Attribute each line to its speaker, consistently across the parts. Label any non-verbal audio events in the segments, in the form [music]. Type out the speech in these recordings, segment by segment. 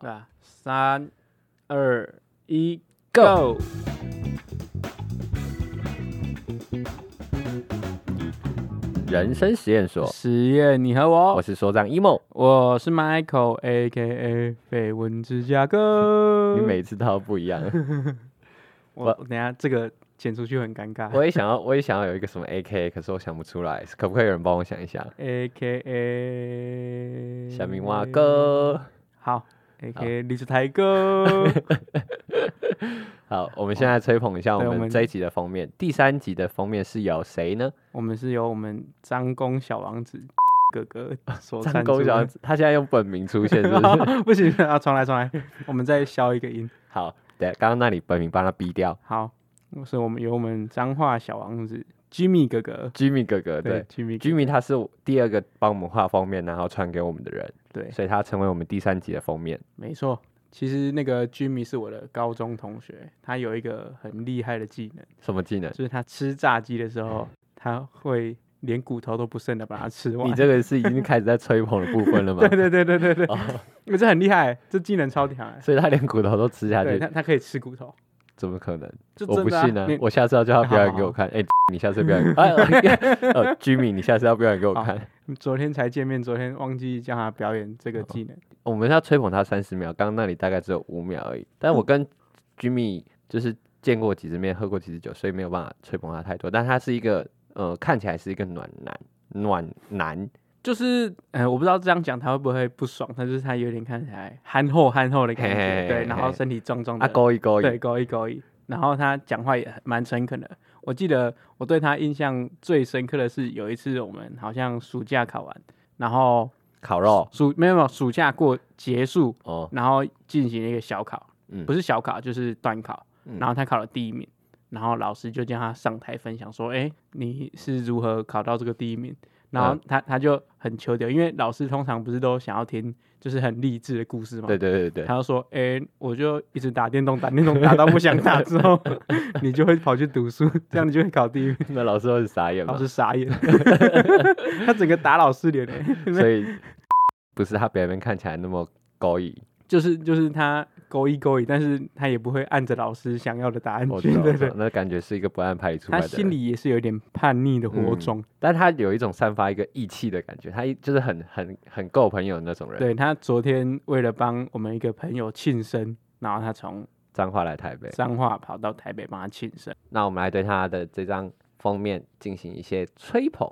Speaker 1: 来，三、二、一，Go！
Speaker 2: 人生实验所，
Speaker 1: 实验，你和
Speaker 2: 我
Speaker 1: 我，
Speaker 2: 是所长 emo。
Speaker 1: 我是 Michael，A.K.A. 绯闻芝加哥。
Speaker 2: 你每次都不
Speaker 1: [laughs]
Speaker 2: 一样，
Speaker 1: 我等下这个剪出去很尴尬。
Speaker 2: 我也想要，我也想要有一个什么 AK，可是我想不出来，可不可以有人帮我想一下？
Speaker 1: A.K.A.
Speaker 2: 小明蛙，哥，
Speaker 1: 好，A.K.A. 李子台
Speaker 2: [laughs]
Speaker 1: 哥。
Speaker 2: 好，我们现在吹捧一下
Speaker 1: 对
Speaker 2: 我
Speaker 1: 我
Speaker 2: 们
Speaker 1: 们
Speaker 2: 这一集的封面，第三集的封面是由谁呢？
Speaker 1: 我们是由我们张公小王
Speaker 2: [laughs]
Speaker 1: 子哥哥所
Speaker 2: 张
Speaker 1: 赞助
Speaker 2: 公小
Speaker 1: 的
Speaker 2: 王，子，他现在用本名出现，是不是？
Speaker 1: [laughs] 不行啊，重来重来，我们再消一个音。
Speaker 2: 好，对，刚刚那里本名帮他逼掉
Speaker 1: 好，是我们有我们彰化小王子 Jimmy 哥哥，
Speaker 2: ，Jimmy 哥哥，对。
Speaker 1: Jimmy 哥
Speaker 2: Jimmy 他是第二个帮我们画封面，然后传给我们的人，
Speaker 1: 对，
Speaker 2: 所以他成为我们第三集的封面。
Speaker 1: 没错。其实那个 Jimmy 是我的高中同学，他有一个很厉害的技能，
Speaker 2: 什么技能？
Speaker 1: 就是他吃炸鸡的时候，他会连骨头都不剩的把它吃完。
Speaker 2: 嗯你这个是已经开始在吹捧的部
Speaker 1: [laughs]
Speaker 2: 分了吗？
Speaker 1: 对对对对对对，
Speaker 2: 哦
Speaker 1: 我这很厉害，这技能超强 [laughs] 欸。
Speaker 2: 所以他连骨头都吃下
Speaker 1: 对
Speaker 2: 去
Speaker 1: 他，，他可以吃骨头，
Speaker 2: 怎么可能？
Speaker 1: 就
Speaker 2: 我
Speaker 1: 真
Speaker 2: 不
Speaker 1: 的啊
Speaker 2: 信呢
Speaker 1: 你，
Speaker 2: 我下次要叫他表演给我看。哎，你下次表演，哎呃
Speaker 1: [laughs]
Speaker 2: 呃，Jimmy，你下次要表演给我
Speaker 1: 好
Speaker 2: 看。
Speaker 1: 昨天才见面，昨天忘记叫他表演
Speaker 2: 哦
Speaker 1: 这个技能。
Speaker 2: 我们要吹捧他三十秒，刚刚那里大概只有五秒而已。但我跟 Jimmy 就是见过几次面，喝过几次酒，所以没有办法吹捧他太多。但他是一个呃，看起来是一个暖男，暖男。
Speaker 1: 就是，呃，我不知道这样讲他会不会不爽，但就是他有点看起来憨厚憨厚的感觉，
Speaker 2: 嘿嘿嘿
Speaker 1: 对，然后
Speaker 2: 嘿
Speaker 1: 身体壮壮的，
Speaker 2: 啊，勾一勾一，
Speaker 1: 对，勾一勾一，然后他讲话也很蛮诚恳的。我记得我对他印象最深刻的是有一次我们好像暑假考完，然后
Speaker 2: 烤肉
Speaker 1: 暑没有没有暑假过结束，
Speaker 2: 哦，
Speaker 1: 然后进行了一个小考，
Speaker 2: 嗯
Speaker 1: 不是小考就是短考，
Speaker 2: 嗯
Speaker 1: 然后他考了第一名，然后老师就叫他上台分享说，哎、你是如何考到这个第一名？然后
Speaker 2: 嗯
Speaker 1: 他、他就很求屌，因为老师通常不是都想要听就是很励志的故事嘛，
Speaker 2: 对对对对对，
Speaker 1: 他就说，哎、我就一直打电动，打电动打到不想打之
Speaker 2: [laughs]
Speaker 1: 后，你就会跑去读书，这样你就会考第一名。
Speaker 2: [laughs] 那老师会傻眼吗
Speaker 1: 老？师傻眼，他整个打老师脸、
Speaker 2: [laughs]
Speaker 1: 欸，
Speaker 2: 所以不是他表面看起来那么高义。
Speaker 1: 就是就是他勾一勾一，但是他也不会按着老师想要的答案
Speaker 2: 我
Speaker 1: 去，
Speaker 2: 知道，
Speaker 1: 对
Speaker 2: 我
Speaker 1: 不
Speaker 2: 知
Speaker 1: 对
Speaker 2: 道？那感觉是一个不按牌理出
Speaker 1: 他
Speaker 2: 牌的
Speaker 1: 心
Speaker 2: 人，
Speaker 1: 里也是有点叛逆的火
Speaker 2: 嗯
Speaker 1: 种，
Speaker 2: 但他有一种散发一个义气的感觉，他一就是很很很够朋友的那种人。，
Speaker 1: 对他昨天为了帮我们一个朋友庆生，然后他从
Speaker 2: 彰化来台北，
Speaker 1: 彰化跑到台北帮他庆生。
Speaker 2: 那我们来对他的这张封面进行一些吹捧。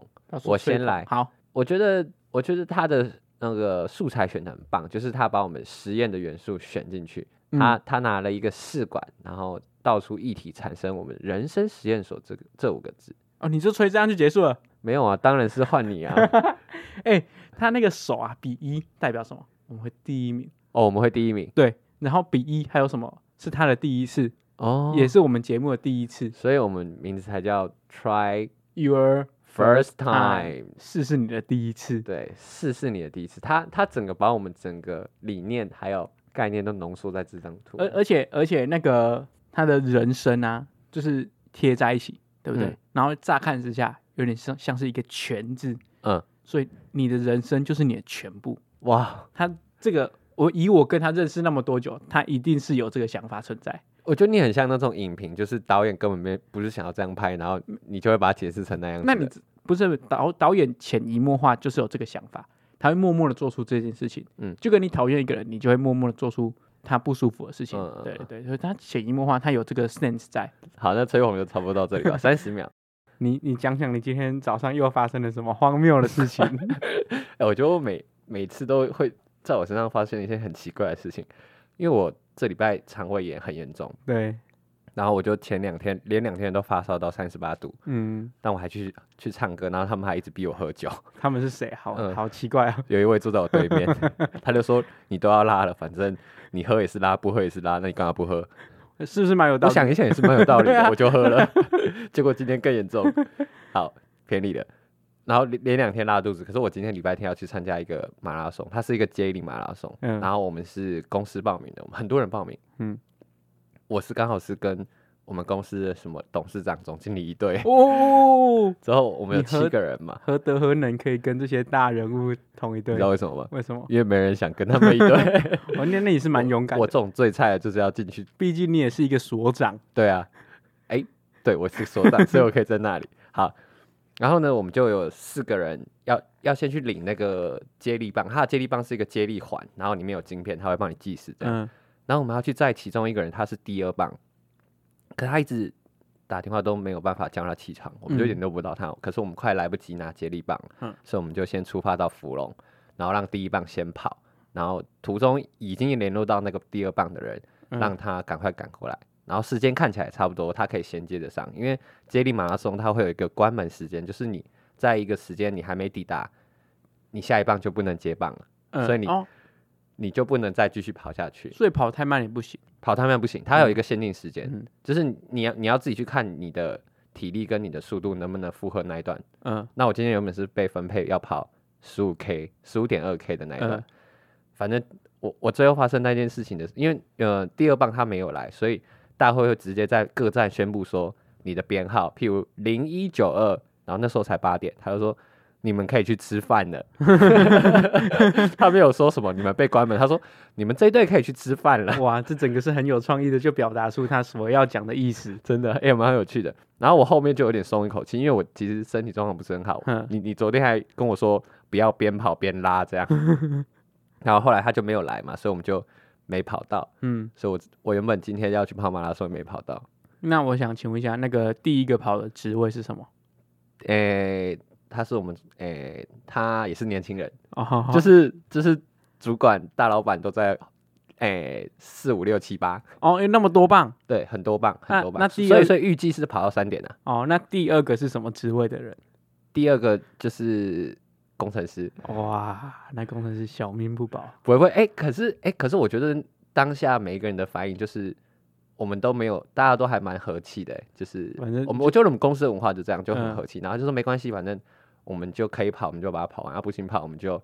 Speaker 2: 我先来
Speaker 1: 好，
Speaker 2: 我觉得，我觉得他的那个素材选的很棒，就是他把我们实验的元素选进去。
Speaker 1: 嗯
Speaker 2: 他他拿了一个试管，然后道出议题，产生我们人生实验所这个这五个字。
Speaker 1: 哦，你就吹这样就结束了。
Speaker 2: 没有啊，当然是
Speaker 1: [laughs]
Speaker 2: 换你啊。
Speaker 1: 他那个手啊，比一代表什么？我们会第一名。
Speaker 2: 哦，我们会第一名
Speaker 1: 对，然后比一还有什么是他的第一次，
Speaker 2: 哦
Speaker 1: 也是我们节目的第一次。
Speaker 2: 所以我们名字才叫 Try
Speaker 1: Your
Speaker 2: First
Speaker 1: time
Speaker 2: Time。
Speaker 1: 试是你的第一次，
Speaker 2: 对，试试你的第一次。他他整个把我们整个理念还有概念都浓缩在这张图。
Speaker 1: 而而且而且那个他的人生啊，就是贴在一起，对不对？
Speaker 2: 嗯
Speaker 1: 然后乍看之下有点像像是一个全字，
Speaker 2: 嗯，
Speaker 1: 所以你的人生就是你的全部。
Speaker 2: 哇，
Speaker 1: 他这个，我以我跟他认识那么多久，他一定是有这个想法存在。
Speaker 2: 我觉得你很像那种影评，就是导演根本没不是想要这样拍，然后你就会把它解释成那样子嗯的。
Speaker 1: 那你不是导导演潜移默化就是有这个想法，他会默默的做出这件事情。
Speaker 2: 嗯
Speaker 1: 就跟你讨厌一个人，你就会默默的做出他不舒服的事情。
Speaker 2: 嗯嗯
Speaker 1: 对
Speaker 2: 嗯
Speaker 1: 对，所以他潜移默化，他有这个 sense 在。
Speaker 2: 好，那吹捧就差不多到这里吧，三十秒。
Speaker 1: 你你讲讲你今天早上又发生了什么荒谬的
Speaker 2: [laughs]
Speaker 1: 事情？
Speaker 2: 哎、我觉得我每每次都会在我身上发生一些很奇怪的事情，因为我这礼拜肠胃炎很严重，
Speaker 1: 对，
Speaker 2: 然后我就前两天连两天都发烧到三十八度，
Speaker 1: 嗯，
Speaker 2: 但我还去去唱歌，然后他们还一直逼我喝酒。
Speaker 1: 他们是谁？好、
Speaker 2: 嗯
Speaker 1: 好奇怪啊！
Speaker 2: 有一位坐在我对
Speaker 1: [laughs]
Speaker 2: 面，他就说：“你都要拉了，反正你喝也是拉，不喝也是拉，那你干嘛不喝
Speaker 1: 是不是蛮有？”道
Speaker 2: 我
Speaker 1: 理？
Speaker 2: 想一想也是蛮有道理
Speaker 1: 对
Speaker 2: 的，
Speaker 1: 啊
Speaker 2: 我就
Speaker 1: [laughs]
Speaker 2: 喝了，结果今天更严重。好，偏离了。然后连连两天拉肚子，可是我今天礼拜天要去参加一个马拉松，它是一个接力马拉松，
Speaker 1: 嗯
Speaker 2: 然后我们是公司报名的，我们很多人报名，
Speaker 1: 嗯
Speaker 2: 嗯，我是刚好是跟我们公司的什么董事长、总经理一队，
Speaker 1: 哦，
Speaker 2: 之后我们有
Speaker 1: 你喝
Speaker 2: 七个人嘛，
Speaker 1: 何德何能可以跟这些大人物同一
Speaker 2: 你
Speaker 1: 队
Speaker 2: 知？道为什么吗？
Speaker 1: 为什么？
Speaker 2: 因为没人想跟他们一队。
Speaker 1: 我那那也是蛮勇敢
Speaker 2: 我
Speaker 1: 的，
Speaker 2: 这种最菜的就是要进去。
Speaker 1: 毕竟你也是一个所长。
Speaker 2: 对啊，哎、对我是所长，所以我可以在那里。
Speaker 1: [laughs]
Speaker 2: 好，然后呢，我们就有四个人要要先去领那个接力棒，它的接力棒是一个接力环，然后里面有晶片，它会帮你计时这样。
Speaker 1: 嗯，
Speaker 2: 然后我们要去载其中一个人，他是第二棒，可他一直打电话都没有办法叫他起床，我们
Speaker 1: 嗯
Speaker 2: 就联络不到他。可是我们快来不及拿接力棒，
Speaker 1: 嗯
Speaker 2: 所以我们就先出发到芙蓉，然后让第一棒先跑，然后途中已经联络到那个第二棒的人，
Speaker 1: 嗯
Speaker 2: 让他赶快赶过来。然后时间看起来差不多，他可以衔接得上，因为接力马拉松它会有一个关门时间，就是你在一个时间你还没抵达，你下一棒就不能接棒了，
Speaker 1: 嗯
Speaker 2: 所以你
Speaker 1: 哦，
Speaker 2: 你就不能再继续跑下去。
Speaker 1: 所以跑太慢也不行。
Speaker 2: 跑太慢不行，它有一个限定时间，
Speaker 1: 嗯
Speaker 2: 就是你要你要自己去看你的体力跟你的速度能不能负荷那一段。
Speaker 1: 嗯
Speaker 2: 那我今天原本是被分配要跑十五 K、十五点二 K 的那一段，
Speaker 1: 嗯
Speaker 2: 反正我我最后发生那件事情的，因为呃第二棒他没有来，所以大会会直接在各站宣布说你的编号，譬如零一九二，然后那时候才八点，他就说。你们可以去吃饭了， [laughs] 他没有说什么你们被关门，他说你们这一队可以去吃饭了，
Speaker 1: 哇，这整个是很有创意的，就表达出他所要讲的意思。
Speaker 2: 真的，哎、蛮有趣的。然后我后面就有点松一口气，因为我其实身体状况不是很好
Speaker 1: 嗯。
Speaker 2: 你你昨天还跟我说不要边跑边拉
Speaker 1: [laughs]
Speaker 2: 这样，然后后来他就没有来嘛，所以我们就没跑到。
Speaker 1: 嗯，
Speaker 2: 所以我我原本今天要去跑马拉松也没跑到。
Speaker 1: 那我想请问一下，那个第一个跑的职位是什么？
Speaker 2: 诶、他是我们诶、他也是年轻人，
Speaker 1: 哦，
Speaker 2: 就是是就是主管大老板都在诶四五六七八，
Speaker 1: 哦，有那么多棒
Speaker 2: 对，很多棒
Speaker 1: 那
Speaker 2: 很多
Speaker 1: 那
Speaker 2: 棒。所
Speaker 1: 第
Speaker 2: 以
Speaker 1: 二
Speaker 2: 所以预计是跑到三点啊。
Speaker 1: 哦。那第二个是什么职位的人？
Speaker 2: 第二个就是工程师。
Speaker 1: 哇，那工程师小命不保。
Speaker 2: 不会不会，哎、可是哎、可是我觉得当下每一个人的反应就是，我们都没有，大家都还蛮和气的、就是
Speaker 1: 反正
Speaker 2: 我们我觉得我们公司的文化就这样，就很
Speaker 1: 嗯
Speaker 2: 和气，然后就说没关系，反正我们就可以跑，我们就把它跑完，要、不行跑我们就。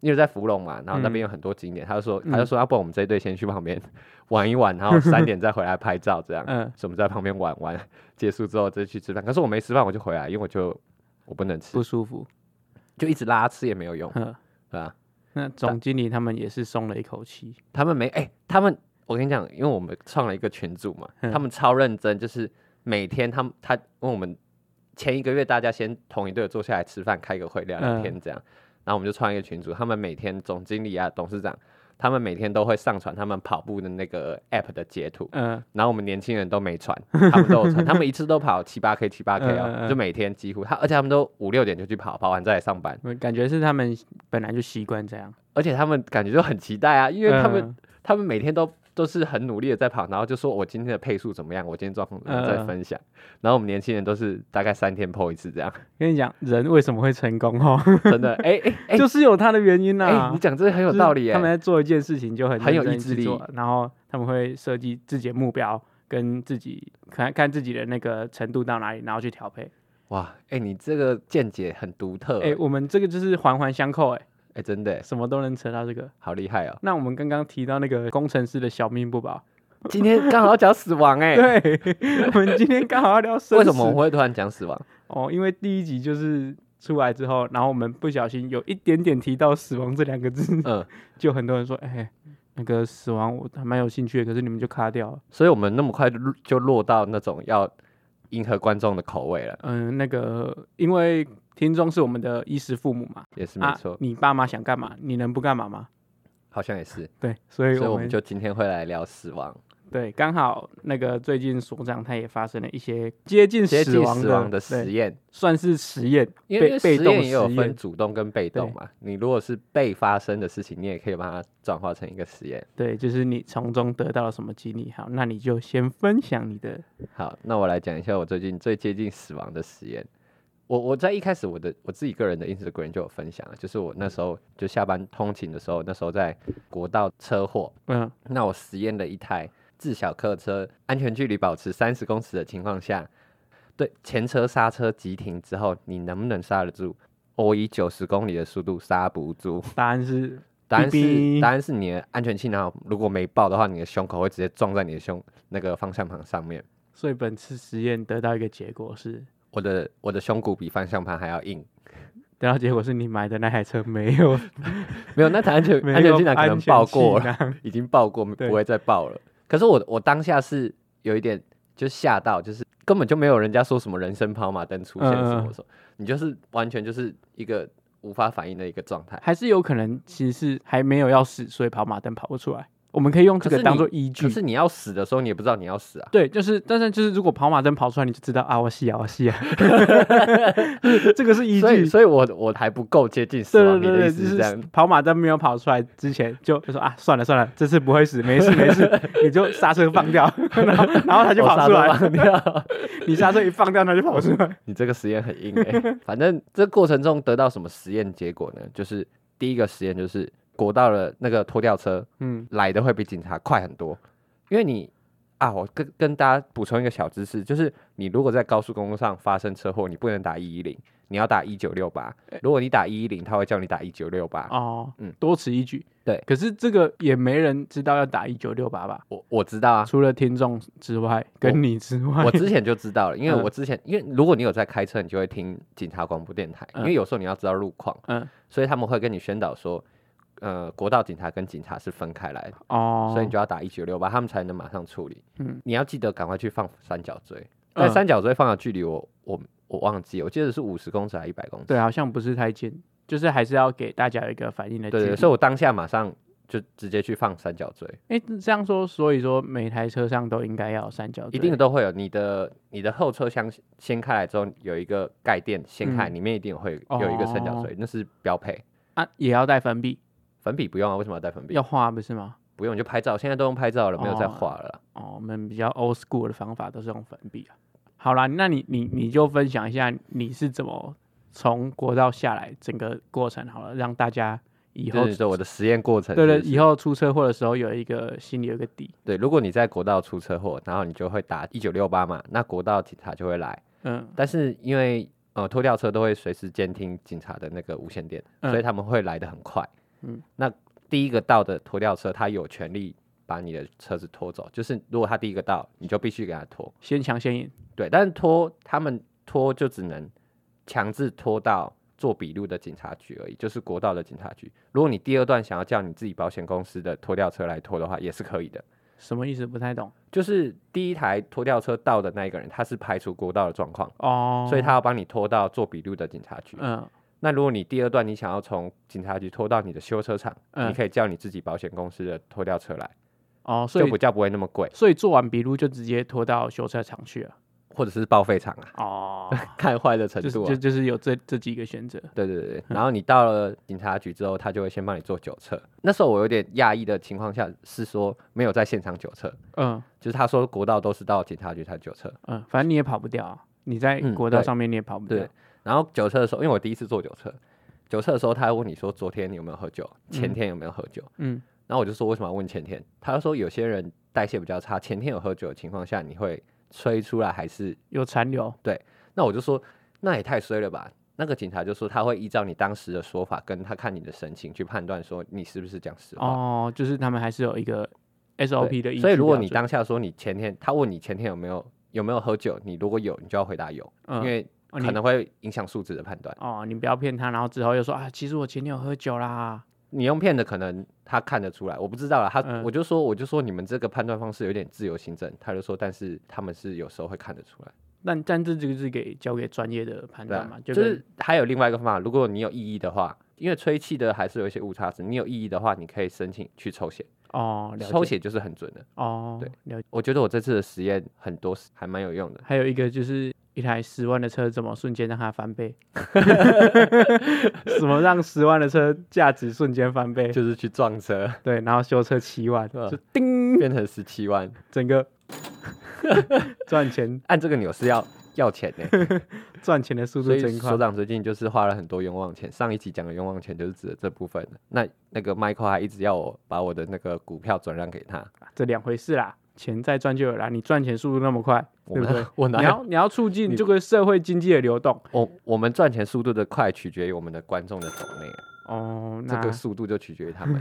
Speaker 2: 因为在芙蓉嘛，然后那
Speaker 1: 嗯
Speaker 2: 边有很多景点，他就说，他就说，要、不然我们这一队先去旁边玩一玩，然后三点再回来拍照，这样，
Speaker 1: 嗯
Speaker 2: 所以我们在旁边玩玩，结束之后再去吃饭。可是我没吃饭，我就回来，因为我就我不能吃
Speaker 1: 不，舒服。
Speaker 2: 就一直拉吃也没有用，
Speaker 1: 嗯，
Speaker 2: 对吧、
Speaker 1: 那总经理他们也是松了一口气。
Speaker 2: 他们没哎、他们我跟你讲，因为我们创了一个群组嘛，
Speaker 1: 嗯
Speaker 2: 他们超认真，就是每天他们他问我们前一个月大家先同一队坐下来吃饭，开个会聊聊
Speaker 1: 嗯
Speaker 2: 天这样，然后我们就创一个群组，他们每天总经理啊、董事长。他们每天都会上传他们跑步的那个 app 的截图，
Speaker 1: 嗯，
Speaker 2: 然后我们年轻人都没传，他们都
Speaker 1: [laughs]
Speaker 2: 有传，他们一次都跑七八 k 七八 k
Speaker 1: 嗯嗯
Speaker 2: 哦，
Speaker 1: 嗯
Speaker 2: 就每天几乎他，而且他们都五六点就去跑，跑完再来上班，
Speaker 1: 我感觉是他们本来就习惯这样，
Speaker 2: 而且他们感觉就很期待啊，因为他们
Speaker 1: 嗯
Speaker 2: 他们每天都都是很努力的在跑，然后就说我今天的配速怎么样，我今天状况怎么样
Speaker 1: 嗯
Speaker 2: 再分享。然后我们年轻人都是大概三天 PO 一次
Speaker 1: [laughs]
Speaker 2: 这样，
Speaker 1: 跟你讲，人为什么会成功哦，
Speaker 2: 真的，哎哎哎
Speaker 1: 就是有他的原因呐、
Speaker 2: 哎，你讲这个很有
Speaker 1: 就是
Speaker 2: 道理
Speaker 1: 他
Speaker 2: 哎、
Speaker 1: 们在做一件事情就很
Speaker 2: 很有
Speaker 1: 认真
Speaker 2: 意志
Speaker 1: 去做
Speaker 2: 力，
Speaker 1: 然后他们会设计自己的目标，跟自己看看自己的那个程度到哪里，然后去调配。
Speaker 2: 哇，哎、你这个见解很独特哎、
Speaker 1: 哎、我们这个就是环环相扣、哎，
Speaker 2: 哎真的哎、
Speaker 1: 什么都能扯到这个。
Speaker 2: 好厉害哦！
Speaker 1: 那我们刚刚提到那个工程师的小命不保， [laughs]
Speaker 2: 今天刚好讲死亡哎、
Speaker 1: 对，我们今天刚好要聊生死。
Speaker 2: 为什么我会突然讲死亡？
Speaker 1: 哦，因为第一集就是出来之后，然后我们不小心有一点点提到“死亡”这两个字， [laughs]
Speaker 2: 嗯，
Speaker 1: 就很多人说：“哎、那个死亡我还蛮有兴趣的，可是你们就卡掉了。
Speaker 2: 所以我们那么快就落就落到那种要迎合观众的口味了，
Speaker 1: 嗯，那个因为听众是我们的衣食父母嘛，
Speaker 2: 也是没错，
Speaker 1: 啊，你爸妈想干嘛，你能不干嘛吗？
Speaker 2: 好像也是。
Speaker 1: 对，所以
Speaker 2: 所以
Speaker 1: 我
Speaker 2: 我
Speaker 1: 们
Speaker 2: 们就今天会来聊死亡，
Speaker 1: 对，刚好那个最近所长他也发生了一些接近
Speaker 2: 接
Speaker 1: 死
Speaker 2: 近
Speaker 1: 亡
Speaker 2: 死亡的
Speaker 1: 对
Speaker 2: 实验。
Speaker 1: 算是实验，
Speaker 2: 因为因
Speaker 1: 被
Speaker 2: 为
Speaker 1: 被
Speaker 2: 实
Speaker 1: 动
Speaker 2: 验也有
Speaker 1: 实
Speaker 2: 分
Speaker 1: 验
Speaker 2: 主动跟被动
Speaker 1: 对
Speaker 2: 嘛。你如果是被发生的事情，你也可以把它转化成一个实验。
Speaker 1: 对，就是你从中得到了什么激励。好，那你就先分享你的，
Speaker 2: 好，那我来讲一下我最近最接近死亡的实验。我我在一开始我的我自己个人的 Instagram 就有分享了，就是我那时候就下班通勤的时候，那时候在国道车祸，
Speaker 1: 嗯
Speaker 2: 那我实验了一台自小客车，安全距离保持三十公尺的情况下，对前车刹车急停之后，你能不能刹得住？我以九十公里的速度刹不住。
Speaker 1: 答案是
Speaker 2: 答案
Speaker 1: 哔
Speaker 2: 是
Speaker 1: 哔
Speaker 2: 答案是你的安全气囊如果没爆的话，你的胸口会直接撞在你的胸那个方向盘上面。
Speaker 1: 所以本次实验得到一个结果是，
Speaker 2: 我的我的胸骨比方向盘还要硬，
Speaker 1: 得到结果是你买的那台车没有
Speaker 2: 没有那台安全
Speaker 1: [laughs] 没有
Speaker 2: 安全气囊可能爆过了，
Speaker 1: 了，
Speaker 2: [laughs] 已经爆过，
Speaker 1: 啊对
Speaker 2: 不会再爆了。可是我我当下是有一点就吓到，就是根本就没有人家说什么人生跑马灯出现什
Speaker 1: 嗯嗯
Speaker 2: 么什么，你就是完全就是一个无法反应的一个状态。
Speaker 1: 还是有可能其实是还没有要死，所以跑马灯跑不出来。我们可以用这
Speaker 2: 可
Speaker 1: 个
Speaker 2: 是你
Speaker 1: 当做依据
Speaker 2: 可。是你要死的时候，你也不知道你要死啊。
Speaker 1: 对，就是，但是就是，如果跑马灯跑出来，你就知道啊，我戏啊，我
Speaker 2: [laughs]
Speaker 1: 戏啊， [laughs] 这个是依
Speaker 2: 所以，
Speaker 1: 据。
Speaker 2: 所以我我还不够接近死
Speaker 1: 对
Speaker 2: 亡。
Speaker 1: 对对
Speaker 2: 你的
Speaker 1: 对，
Speaker 2: 意思
Speaker 1: 就是
Speaker 2: 这样
Speaker 1: 是？跑马灯没有跑出来之前就，就说啊，算了算了，这次不会死，没事没
Speaker 2: [laughs]
Speaker 1: 事，你就刹车放掉，然后然后他就
Speaker 2: 我
Speaker 1: 跑
Speaker 2: 杀
Speaker 1: 出
Speaker 2: 都
Speaker 1: 来， [laughs]
Speaker 2: 忘掉
Speaker 1: 你刹车一放掉，他就跑出来。
Speaker 2: 你这个实验很硬哎、 [laughs] 反正这过程中得到什么实验结果呢？就是第一个实验就是国道的那个拖吊车
Speaker 1: 嗯，
Speaker 2: 来的会比警察快很多，因为你啊，我跟跟大家补充一个小知识，就是你如果在高速公路上发生车祸，你不能打一一零，你要打一九六八。如果你打一一零，他会叫你打一九六八。
Speaker 1: 哦，
Speaker 2: 嗯
Speaker 1: 多此一举。
Speaker 2: 对
Speaker 1: 可是这个也没人知道要打一九六八吧？
Speaker 2: 我我知道
Speaker 1: [laughs]
Speaker 2: 啊，
Speaker 1: 除了听众之外，
Speaker 2: 我
Speaker 1: 跟你之外，
Speaker 2: 我之前就知道了，因为
Speaker 1: 嗯
Speaker 2: 我之前，因为如果你有在开车，你就会听警察广播电台，因为有时候你要知道路况，
Speaker 1: [laughs]
Speaker 2: [laughs]
Speaker 1: 嗯
Speaker 2: 所以他们会跟你宣导说，呃，国道警察跟警察是分开来的，
Speaker 1: 哦，
Speaker 2: 所以你就要打一九六八，他们才能马上处理。
Speaker 1: 嗯
Speaker 2: 你要记得赶快去放三角锥，
Speaker 1: 嗯
Speaker 2: 但三角锥放的距离我我我忘记了，我记得是五十公尺还是一百公尺？
Speaker 1: 对，啊好像不是太近，就是还是要给大家有一个反应的
Speaker 2: 对
Speaker 1: 距
Speaker 2: 对，
Speaker 1: 离
Speaker 2: 所以我当下马上就直接去放三角锥，
Speaker 1: 哎、这样说，所以说每台车上都应该要有三角锥，
Speaker 2: 一定都会有你的你的后车厢掀开来之后有一个盖垫掀开来，
Speaker 1: 嗯
Speaker 2: 里面一定会有一个三角
Speaker 1: 哦
Speaker 2: 锥，那是标配。
Speaker 1: 啊，也要带粉笔，
Speaker 2: 粉笔不用啊，为什么要带粉笔？
Speaker 1: 要画不是吗？
Speaker 2: 不用你就拍照，现在都用拍照了，没有再画了啦。
Speaker 1: 哦，我们比较 old school 的方法都是用粉笔啊。好啦，那你你你就分享一下你是怎么从国道下来整个过程好了，让大家以后
Speaker 2: 就是你说我的实验过程
Speaker 1: 对对
Speaker 2: 是不是
Speaker 1: 以后出车祸的时候有一个心里有一个底，
Speaker 2: 对，如果你在国道出车祸，然后你就会打一九六八嘛，那国道警察就会来。
Speaker 1: 嗯
Speaker 2: 但是因为呃拖吊车都会随时监听警察的那个无线电，
Speaker 1: 嗯
Speaker 2: 所以他们会来的很快。
Speaker 1: 嗯，
Speaker 2: 那第一个到的拖吊车，他有权利把你的车子拖走，就是如果他第一个到，你就必须给他拖。
Speaker 1: 先抢先赢，
Speaker 2: 对，但是拖他们拖就只能强制拖到做笔录的警察局而已，就是国道的警察局。如果你第二段想要叫你自己保险公司的拖吊车来拖的话，也是可以的。
Speaker 1: 什么意思？不太懂
Speaker 2: 就是第一台拖吊车到的那一个人，他是排除国道的状况，
Speaker 1: 哦，
Speaker 2: 所以他要帮你拖到做笔录的警察局。
Speaker 1: 嗯
Speaker 2: 那如果你第二段你想要从警察局拖到你的修车厂，
Speaker 1: 嗯
Speaker 2: 你可以叫你自己保险公司的拖吊车来，
Speaker 1: 哦，所
Speaker 2: 就
Speaker 1: 以
Speaker 2: 比较不会那么贵，
Speaker 1: 所以做完笔录就直接拖到修车厂去了
Speaker 2: 或者是报废厂啊，
Speaker 1: 哦。
Speaker 2: 看坏的
Speaker 1: [laughs]
Speaker 2: 程
Speaker 1: 就是嗯
Speaker 2: 度啊。
Speaker 1: 就就是有这这几个选择，
Speaker 2: 对对对对，然后你到了警察局之后，他就会先帮你做酒测。那时候我有点讶异的情况下是说没有在现场酒测，
Speaker 1: 嗯
Speaker 2: 就是他说国道都是到警察局才酒测。
Speaker 1: 嗯，反正你也跑不掉啊，你在
Speaker 2: 嗯
Speaker 1: 国道
Speaker 2: 对
Speaker 1: 上面你也跑不掉
Speaker 2: 对，，然后酒测的时候，因为我第一次做酒测，酒测的时候他还问你说昨天有没有喝酒，前天有没有喝酒，
Speaker 1: 嗯
Speaker 2: 然后我就说为什么要问前天？他就说有些人代谢比较差，前天有喝酒的情况下，你会吹出来还是？
Speaker 1: 有残留，
Speaker 2: 那我就说那也太衰了吧。那个警察就说他会依照你当时的说法，跟他看你的神情去判断说你是不是讲实话。
Speaker 1: 哦，就是他们还是有一个 SOP
Speaker 2: 对
Speaker 1: 的依据标准，
Speaker 2: 所以如果你当下说你前天，他问你前天有没有有没有喝酒，你如果有，你就要回答有，
Speaker 1: 嗯
Speaker 2: 因为
Speaker 1: 哦
Speaker 2: 可
Speaker 1: 你
Speaker 2: 能会影响数值的判断。
Speaker 1: 哦，你不要骗他，然后之后又说啊，其实我前天有喝酒啦，
Speaker 2: 你用骗的，可能他看得出来，我不知道啦。他、
Speaker 1: 嗯
Speaker 2: 我就说我就说你们这个判断方式有点自由行政，他就说，但是他们是有时候会看得出来，
Speaker 1: 但但这就是给交给专业的判
Speaker 2: 对
Speaker 1: 断
Speaker 2: 啊
Speaker 1: 嘛，，
Speaker 2: 就
Speaker 1: 跟
Speaker 2: 是还有另外一个方法，如果你有异议的话，因为吹气的还是有一些误差值，你有异议的话，你可以申请去抽血，
Speaker 1: 哦，了
Speaker 2: 抽
Speaker 1: 解
Speaker 2: 血就是很准的。
Speaker 1: 哦，
Speaker 2: 对
Speaker 1: 了解。
Speaker 2: 我觉得我这次的实验很多是还蛮
Speaker 1: [laughs]
Speaker 2: 有用的。 [laughs]
Speaker 1: 还有一个就是一台十万的车怎么瞬间让它翻倍， [laughs] 怎么让十万的车价值瞬间翻倍？
Speaker 2: 就是去撞车，
Speaker 1: 对，然后修车七万，
Speaker 2: 嗯
Speaker 1: 就叮，
Speaker 2: 变成十七万，
Speaker 1: 整个 [laughs] 赚钱
Speaker 2: 按这个钮是要要钱的，
Speaker 1: 赚钱的速
Speaker 2: 所
Speaker 1: 度
Speaker 2: 以
Speaker 1: 真快
Speaker 2: 所。长最近就是花了很多冤枉钱。上一集讲的冤枉钱就是指的这部分的。那那个 Michael 还一直要我把我的那个股票转让给他，
Speaker 1: 这两回事啦，钱再赚就有啦。你赚钱速度那么快，
Speaker 2: 我
Speaker 1: 对不
Speaker 2: 哪
Speaker 1: 对？
Speaker 2: [laughs] 我哪
Speaker 1: 你
Speaker 2: 有
Speaker 1: 要你要促进这个社会经济的流动
Speaker 2: 我我们赚钱速度的快取决于我们的观众的抖内啊，
Speaker 1: 哦。
Speaker 2: 这
Speaker 1: 那
Speaker 2: 个速度就取决于他们。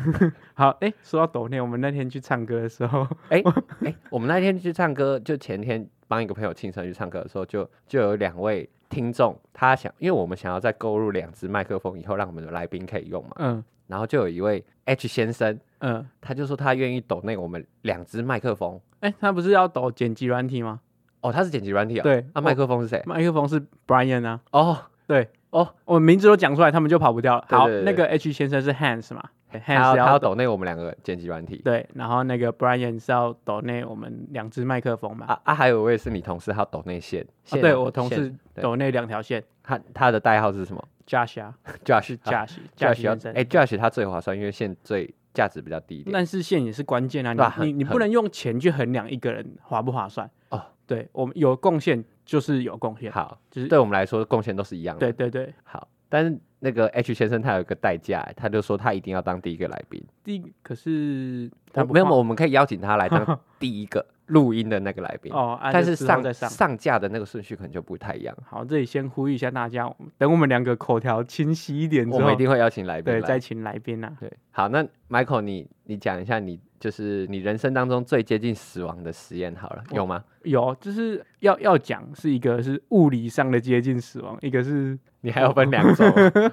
Speaker 1: 好，哎、
Speaker 2: [laughs]
Speaker 1: 说到抖内，我们那天去唱歌的时候，
Speaker 2: 哎哎，我们那天去唱歌，就前天。帮一个朋友庆生去唱歌的时候，就就有两位听众，他想，因为我们想要再购入两只麦克风，以后让我们的来宾可以用嘛，
Speaker 1: 嗯
Speaker 2: 然后就有一位 H 先生，
Speaker 1: 嗯，
Speaker 2: 他就说他愿意抖内我们两只麦克风，
Speaker 1: 哎、他不是要抖剪辑软体吗？
Speaker 2: 哦，他是剪辑软体啊、
Speaker 1: 对哦
Speaker 2: 那、麦克风是谁？
Speaker 1: 麦克风是 Brian 啊，
Speaker 2: 哦，
Speaker 1: 对
Speaker 2: 哦，
Speaker 1: 我名字都讲出来，他们就跑不掉了。
Speaker 2: 对
Speaker 1: 好，
Speaker 2: 对对
Speaker 1: 那个 H 先生是 Hans 嘛对
Speaker 2: 他要
Speaker 1: ，Hans
Speaker 2: 他要
Speaker 1: 要
Speaker 2: 抖内我们两个剪辑软体，
Speaker 1: 对，然后那个 Brian 是要抖内我们两只麦克风嘛，啊
Speaker 2: 啊啊，还有一位是你同事，他抖内线，线
Speaker 1: 哦对
Speaker 2: 啊
Speaker 1: 我同
Speaker 2: 线
Speaker 1: 事
Speaker 2: 对
Speaker 1: 抖内两条线
Speaker 2: 他他的代号是什么
Speaker 1: ，Josh
Speaker 2: [laughs]
Speaker 1: 啊，
Speaker 2: ？Josh
Speaker 1: 是 Josh
Speaker 2: Josh
Speaker 1: Josh
Speaker 2: 要
Speaker 1: 先生，
Speaker 2: 哎 Josh 他最划算，因为线最价值比较低一点。
Speaker 1: 但是线也是关键
Speaker 2: 对啊
Speaker 1: 啊，你
Speaker 2: 很
Speaker 1: 你你不
Speaker 2: 很
Speaker 1: 能用钱去衡量一个人划不划算
Speaker 2: 哦。
Speaker 1: 对我们有贡献就是有贡献，
Speaker 2: 好，
Speaker 1: 就是
Speaker 2: 对我们来说贡献都是一样的。
Speaker 1: 对对对，
Speaker 2: 好，但是那个 H 先生他有一个代价，他就说他一定要当第一个来宾。
Speaker 1: 第一可是
Speaker 2: 我
Speaker 1: 他不
Speaker 2: 呃没有，
Speaker 1: 放
Speaker 2: 我们可以邀请他
Speaker 1: [laughs]
Speaker 2: 来当第一个录音的那个来宾。
Speaker 1: 哦，啊
Speaker 2: 但
Speaker 1: 就是之后
Speaker 2: 上
Speaker 1: 再上。
Speaker 2: 架的那个顺序可能就不太一样，
Speaker 1: 好，这里先呼吁一下大家，我们等我们两个口条清晰一点之
Speaker 2: 我们
Speaker 1: 后
Speaker 2: 一，定会邀请来宾
Speaker 1: 对，
Speaker 2: 来
Speaker 1: 再。请来宾啊。
Speaker 2: 对，好，那 Michael，你你讲一下你就是你人生当中最接近死亡的实验好了，
Speaker 1: 我
Speaker 2: 有吗？
Speaker 1: 有，就是要要讲是一个是物理上的接近死亡，一个是
Speaker 2: 你还要
Speaker 1: [laughs]
Speaker 2: 分两种吗，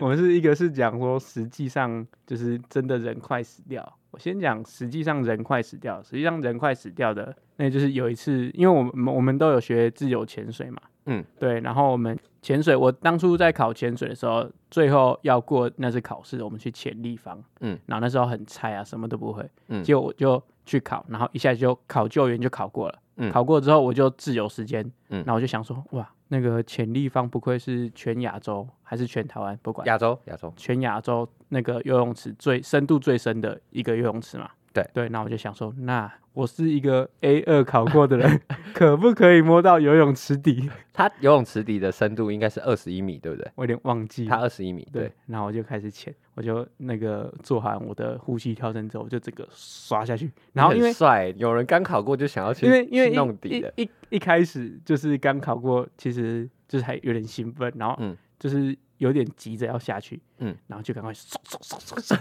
Speaker 1: 我们是一个是讲说实际上就是真的人快死掉。我先讲实际上人快死掉，实际上人快死掉的，那就是有一次，因为我们我们都有学自由潜水嘛，
Speaker 2: 嗯，
Speaker 1: 对，然后我们潜水，我当初在考潜水的时候，最后要过那次考试，我们去潜立方，
Speaker 2: 嗯，
Speaker 1: 然后那时候很菜啊，什么都不会，
Speaker 2: 嗯
Speaker 1: 结果我就去考，然后一下就考救援就考过了，
Speaker 2: 嗯
Speaker 1: 考过之后我就自由时间，
Speaker 2: 嗯
Speaker 1: 然后我就想说，哇，那个潜立方不愧是全亚洲还是全台湾，不管
Speaker 2: 亚洲，亚洲，
Speaker 1: 全亚洲那个游泳池最深度最深的一个游泳池嘛。
Speaker 2: 对
Speaker 1: 对，那我就想说，那我是一个 A 二考过的人， [laughs] 可不可以摸到游泳池底？ [laughs]
Speaker 2: 它游泳池底的深度应该是二十一米，对不对？
Speaker 1: 我有点忘记了。
Speaker 2: 它二十一米，对
Speaker 1: 对，，然后我就开始潜，我就那个做好我的呼吸跳绳之后，我就整个刷下去。然后
Speaker 2: 你
Speaker 1: 因
Speaker 2: 很
Speaker 1: 为
Speaker 2: 帅，有人刚考过就想要去，
Speaker 1: 因为因为
Speaker 2: 去
Speaker 1: 一
Speaker 2: 弄底的，
Speaker 1: 一一一开始就是刚考过，其实就是还有点兴奋，然后
Speaker 2: 嗯
Speaker 1: 就是有点急着要下去，
Speaker 2: 嗯，
Speaker 1: 然后就赶快嗖嗖嗖嗖嗖，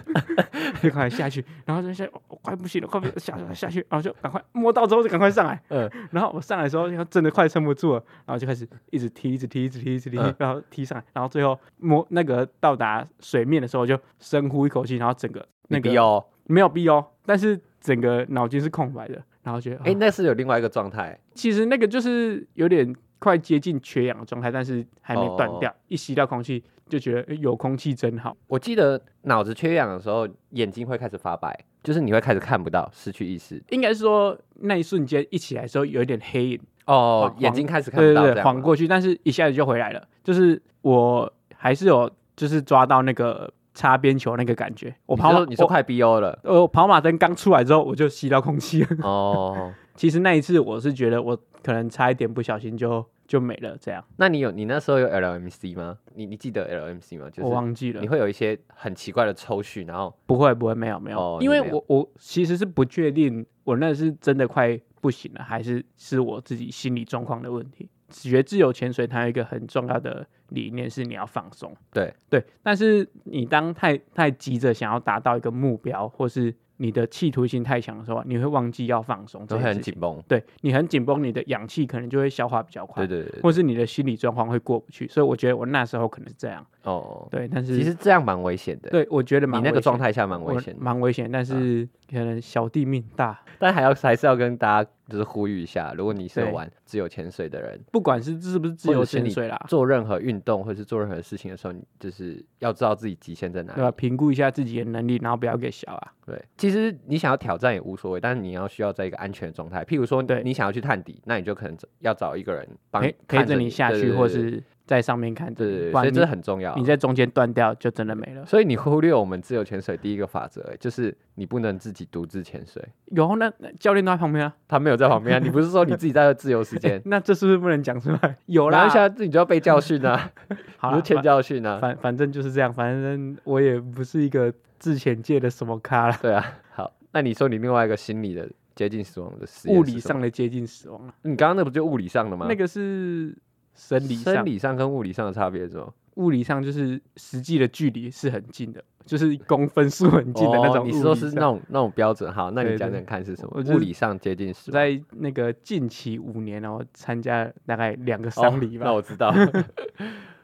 Speaker 1: 就赶快下去，然后就下、哦快不行了，快不行了下下下去，然后就赶快摸到之后就赶快上来，
Speaker 2: 嗯，
Speaker 1: 然后我上来的时候真的快撑不住了，然后就开始一直踢，一直踢，一直踢，一直踢，
Speaker 2: 嗯
Speaker 1: 然后踢上来，然后最后摸那个到达水面的时候我就深呼一口气，然后整个那
Speaker 2: 那
Speaker 1: 个
Speaker 2: 个哦，
Speaker 1: 没有必哦，但是整个脑筋是空白的，然后觉得
Speaker 2: 哎，那是有另外一个状态，
Speaker 1: 其实那个就是有点快接近缺氧的状态，但是还没断
Speaker 2: 哦
Speaker 1: 掉。一吸到空气就觉得诶有空气真好。
Speaker 2: 我记得脑子缺氧的时候，眼睛会开始发白，就是你会开始看不到，失去意识，
Speaker 1: 应该是说那一瞬间一起来的时候有一点黑影，
Speaker 2: 哦，
Speaker 1: 晃
Speaker 2: 眼睛开始看
Speaker 1: 对
Speaker 2: 不到，
Speaker 1: 对
Speaker 2: 这
Speaker 1: 对，
Speaker 2: 样
Speaker 1: 晃
Speaker 2: 吗
Speaker 1: 过去，但是一下子就回来了。就是我还是有就是抓到那个擦边球那个感觉。我
Speaker 2: 你
Speaker 1: 跑
Speaker 2: 说
Speaker 1: 马
Speaker 2: 你说
Speaker 1: 我
Speaker 2: 快 BO 了，
Speaker 1: 呃我跑马灯刚出来之后我就吸到空气了。 [laughs]
Speaker 2: 哦，
Speaker 1: 其实那一次我是觉得我可能差一点不小心就就没了，这样、
Speaker 2: 那你有你那时候有 LMC 吗？你你记得 LMC 吗？就
Speaker 1: 我
Speaker 2: 是
Speaker 1: 忘记了
Speaker 2: 你。会有一些很奇怪的抽搐，然后
Speaker 1: 不会不会，没有没有，
Speaker 2: 哦
Speaker 1: 因
Speaker 2: 你
Speaker 1: 为
Speaker 2: 没有
Speaker 1: 我我其实是不确定我那是真的快不行了，还是是我自己心理状况的问题。学自由潜水，它有一个很重要的理念是你要放松，
Speaker 2: 对
Speaker 1: 对，但是你当太太急着想要达到一个目标，或是你的企图心太强的时候，你会忘记要放松，
Speaker 2: 都会很，紧绷。
Speaker 1: 对你很紧绷，你的氧气可能就会消化比较快，
Speaker 2: 对对对，对
Speaker 1: 或是你的心理状况会过不去，所以我觉得我那时候可能是这样，
Speaker 2: 哦，
Speaker 1: 对，但是
Speaker 2: 其实这样蛮危险的。，
Speaker 1: 对我觉得
Speaker 2: 你
Speaker 1: 蛮
Speaker 2: 那个
Speaker 1: 危险
Speaker 2: 状态下蛮
Speaker 1: 我
Speaker 2: 危险的，嗯
Speaker 1: 蛮危险，但是可能小弟命大，
Speaker 2: 但还要还是要跟大家就是呼吁一下，如果你是有
Speaker 1: 对
Speaker 2: 玩自由潜水的人，
Speaker 1: 不管是是不是自
Speaker 2: 或者
Speaker 1: 由
Speaker 2: 是
Speaker 1: 潜
Speaker 2: 你
Speaker 1: 水啦，
Speaker 2: 做任何运动或是做任何事情的时候，你就是要知道自己极限在哪
Speaker 1: 对吧？啊
Speaker 2: 里。
Speaker 1: 评估一下自己的能力，然后不要给小啊。
Speaker 2: 对，其实你想要挑战也无所谓，但是你要需要在一个安全的状态。譬如说，
Speaker 1: 对
Speaker 2: 你想要去探底，那你就可能找要找一个人帮
Speaker 1: 陪陪
Speaker 2: 看
Speaker 1: 着你下
Speaker 2: 对
Speaker 1: 去，
Speaker 2: 对
Speaker 1: 或
Speaker 2: 对
Speaker 1: 是在上面看着
Speaker 2: 对对
Speaker 1: 你，
Speaker 2: 对，
Speaker 1: 不
Speaker 2: 所以
Speaker 1: 然
Speaker 2: 这
Speaker 1: 嗯你
Speaker 2: 很重要。
Speaker 1: 你在中间断掉就真的没了。
Speaker 2: 所以你忽略我们自由潜水第一个法则，欸就是你不能自己独自潜水。
Speaker 1: 有啊那那教练都在旁边啊，？
Speaker 2: 他没有在旁边啊，你不是说你自己在自由时间
Speaker 1: 那这是不是不能讲出来？ [laughs] 有
Speaker 2: 然后
Speaker 1: 啦
Speaker 2: 一，下自己就要被教训啊，
Speaker 1: [laughs] 好
Speaker 2: 你
Speaker 1: 啦
Speaker 2: 就欠
Speaker 1: 反
Speaker 2: 教训啊。
Speaker 1: 反反正就是这样，反正我也不是一个自潜界的什么咖啦，
Speaker 2: 对啊，好，那你说你另外一个心理的接近死亡的实验
Speaker 1: 物
Speaker 2: 是
Speaker 1: 理
Speaker 2: 什么，
Speaker 1: 上的接近死亡了，啊
Speaker 2: 你刚刚那不就物理上的吗？
Speaker 1: 那个是生理上
Speaker 2: 生理上跟物理上的差别是什么？
Speaker 1: 物理上就是实际的距离是很近的，就是公分数很近的那种
Speaker 2: 哦
Speaker 1: 物理上、
Speaker 2: 你说是那种那种标准？好，那你
Speaker 1: 对
Speaker 2: 讲
Speaker 1: 对
Speaker 2: 讲看是什么
Speaker 1: 我？就是
Speaker 2: 物理上接近
Speaker 1: 我
Speaker 2: 十
Speaker 1: 在那个近期五年，然后参加了大概两个
Speaker 2: 哦
Speaker 1: 丧礼吧。
Speaker 2: 那我知道。 [laughs]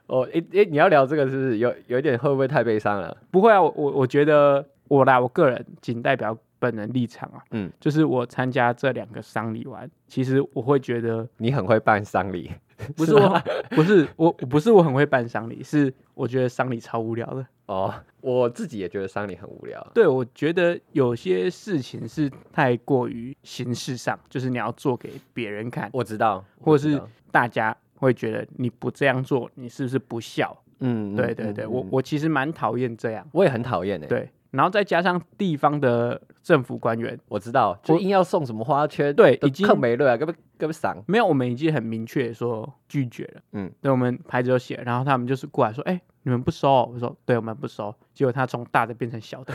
Speaker 2: 哦，诶诶，你要聊这个是不是有有一点会不会太悲伤了？
Speaker 1: 不会啊，我我我觉得我啦，我个人仅代表本人立场啊，
Speaker 2: 嗯，
Speaker 1: 就是我参加这两个丧礼完，其实我会觉
Speaker 2: [laughs]
Speaker 1: 得
Speaker 2: 你很会办丧礼，
Speaker 1: 不
Speaker 2: [laughs]
Speaker 1: 是
Speaker 2: 吗
Speaker 1: 我，不是我，我不是我很会办丧礼，是我觉得丧礼超无聊的。
Speaker 2: 哦，我自己也觉得丧礼很无聊。
Speaker 1: 对，我觉得有些事情是太过于形式上，就是你要做给别人看，
Speaker 2: 我知道，
Speaker 1: 或
Speaker 2: 我
Speaker 1: 者
Speaker 2: 知
Speaker 1: 是
Speaker 2: 道
Speaker 1: 大家会觉得你不这样做，你是不是不孝？
Speaker 2: 嗯，
Speaker 1: 对
Speaker 2: 嗯
Speaker 1: 对对，
Speaker 2: 嗯
Speaker 1: 我
Speaker 2: 嗯
Speaker 1: 我其实蛮讨厌这样。
Speaker 2: 我也很讨厌哎。，
Speaker 1: 对，然后再加上地方的政府官员，
Speaker 2: 我知道，就
Speaker 1: 我
Speaker 2: 硬要送什么花圈，
Speaker 1: 对
Speaker 2: 都
Speaker 1: 已经
Speaker 2: 坑没了啊，根本根本赏。
Speaker 1: 没有，我们已经很明确说拒绝了。
Speaker 2: 嗯，
Speaker 1: 对，我们牌子有写，然后他们就是过来说，哎、你们不收哦、我说，对，我们不收。结果他从大的变成小
Speaker 2: [laughs]
Speaker 1: 的，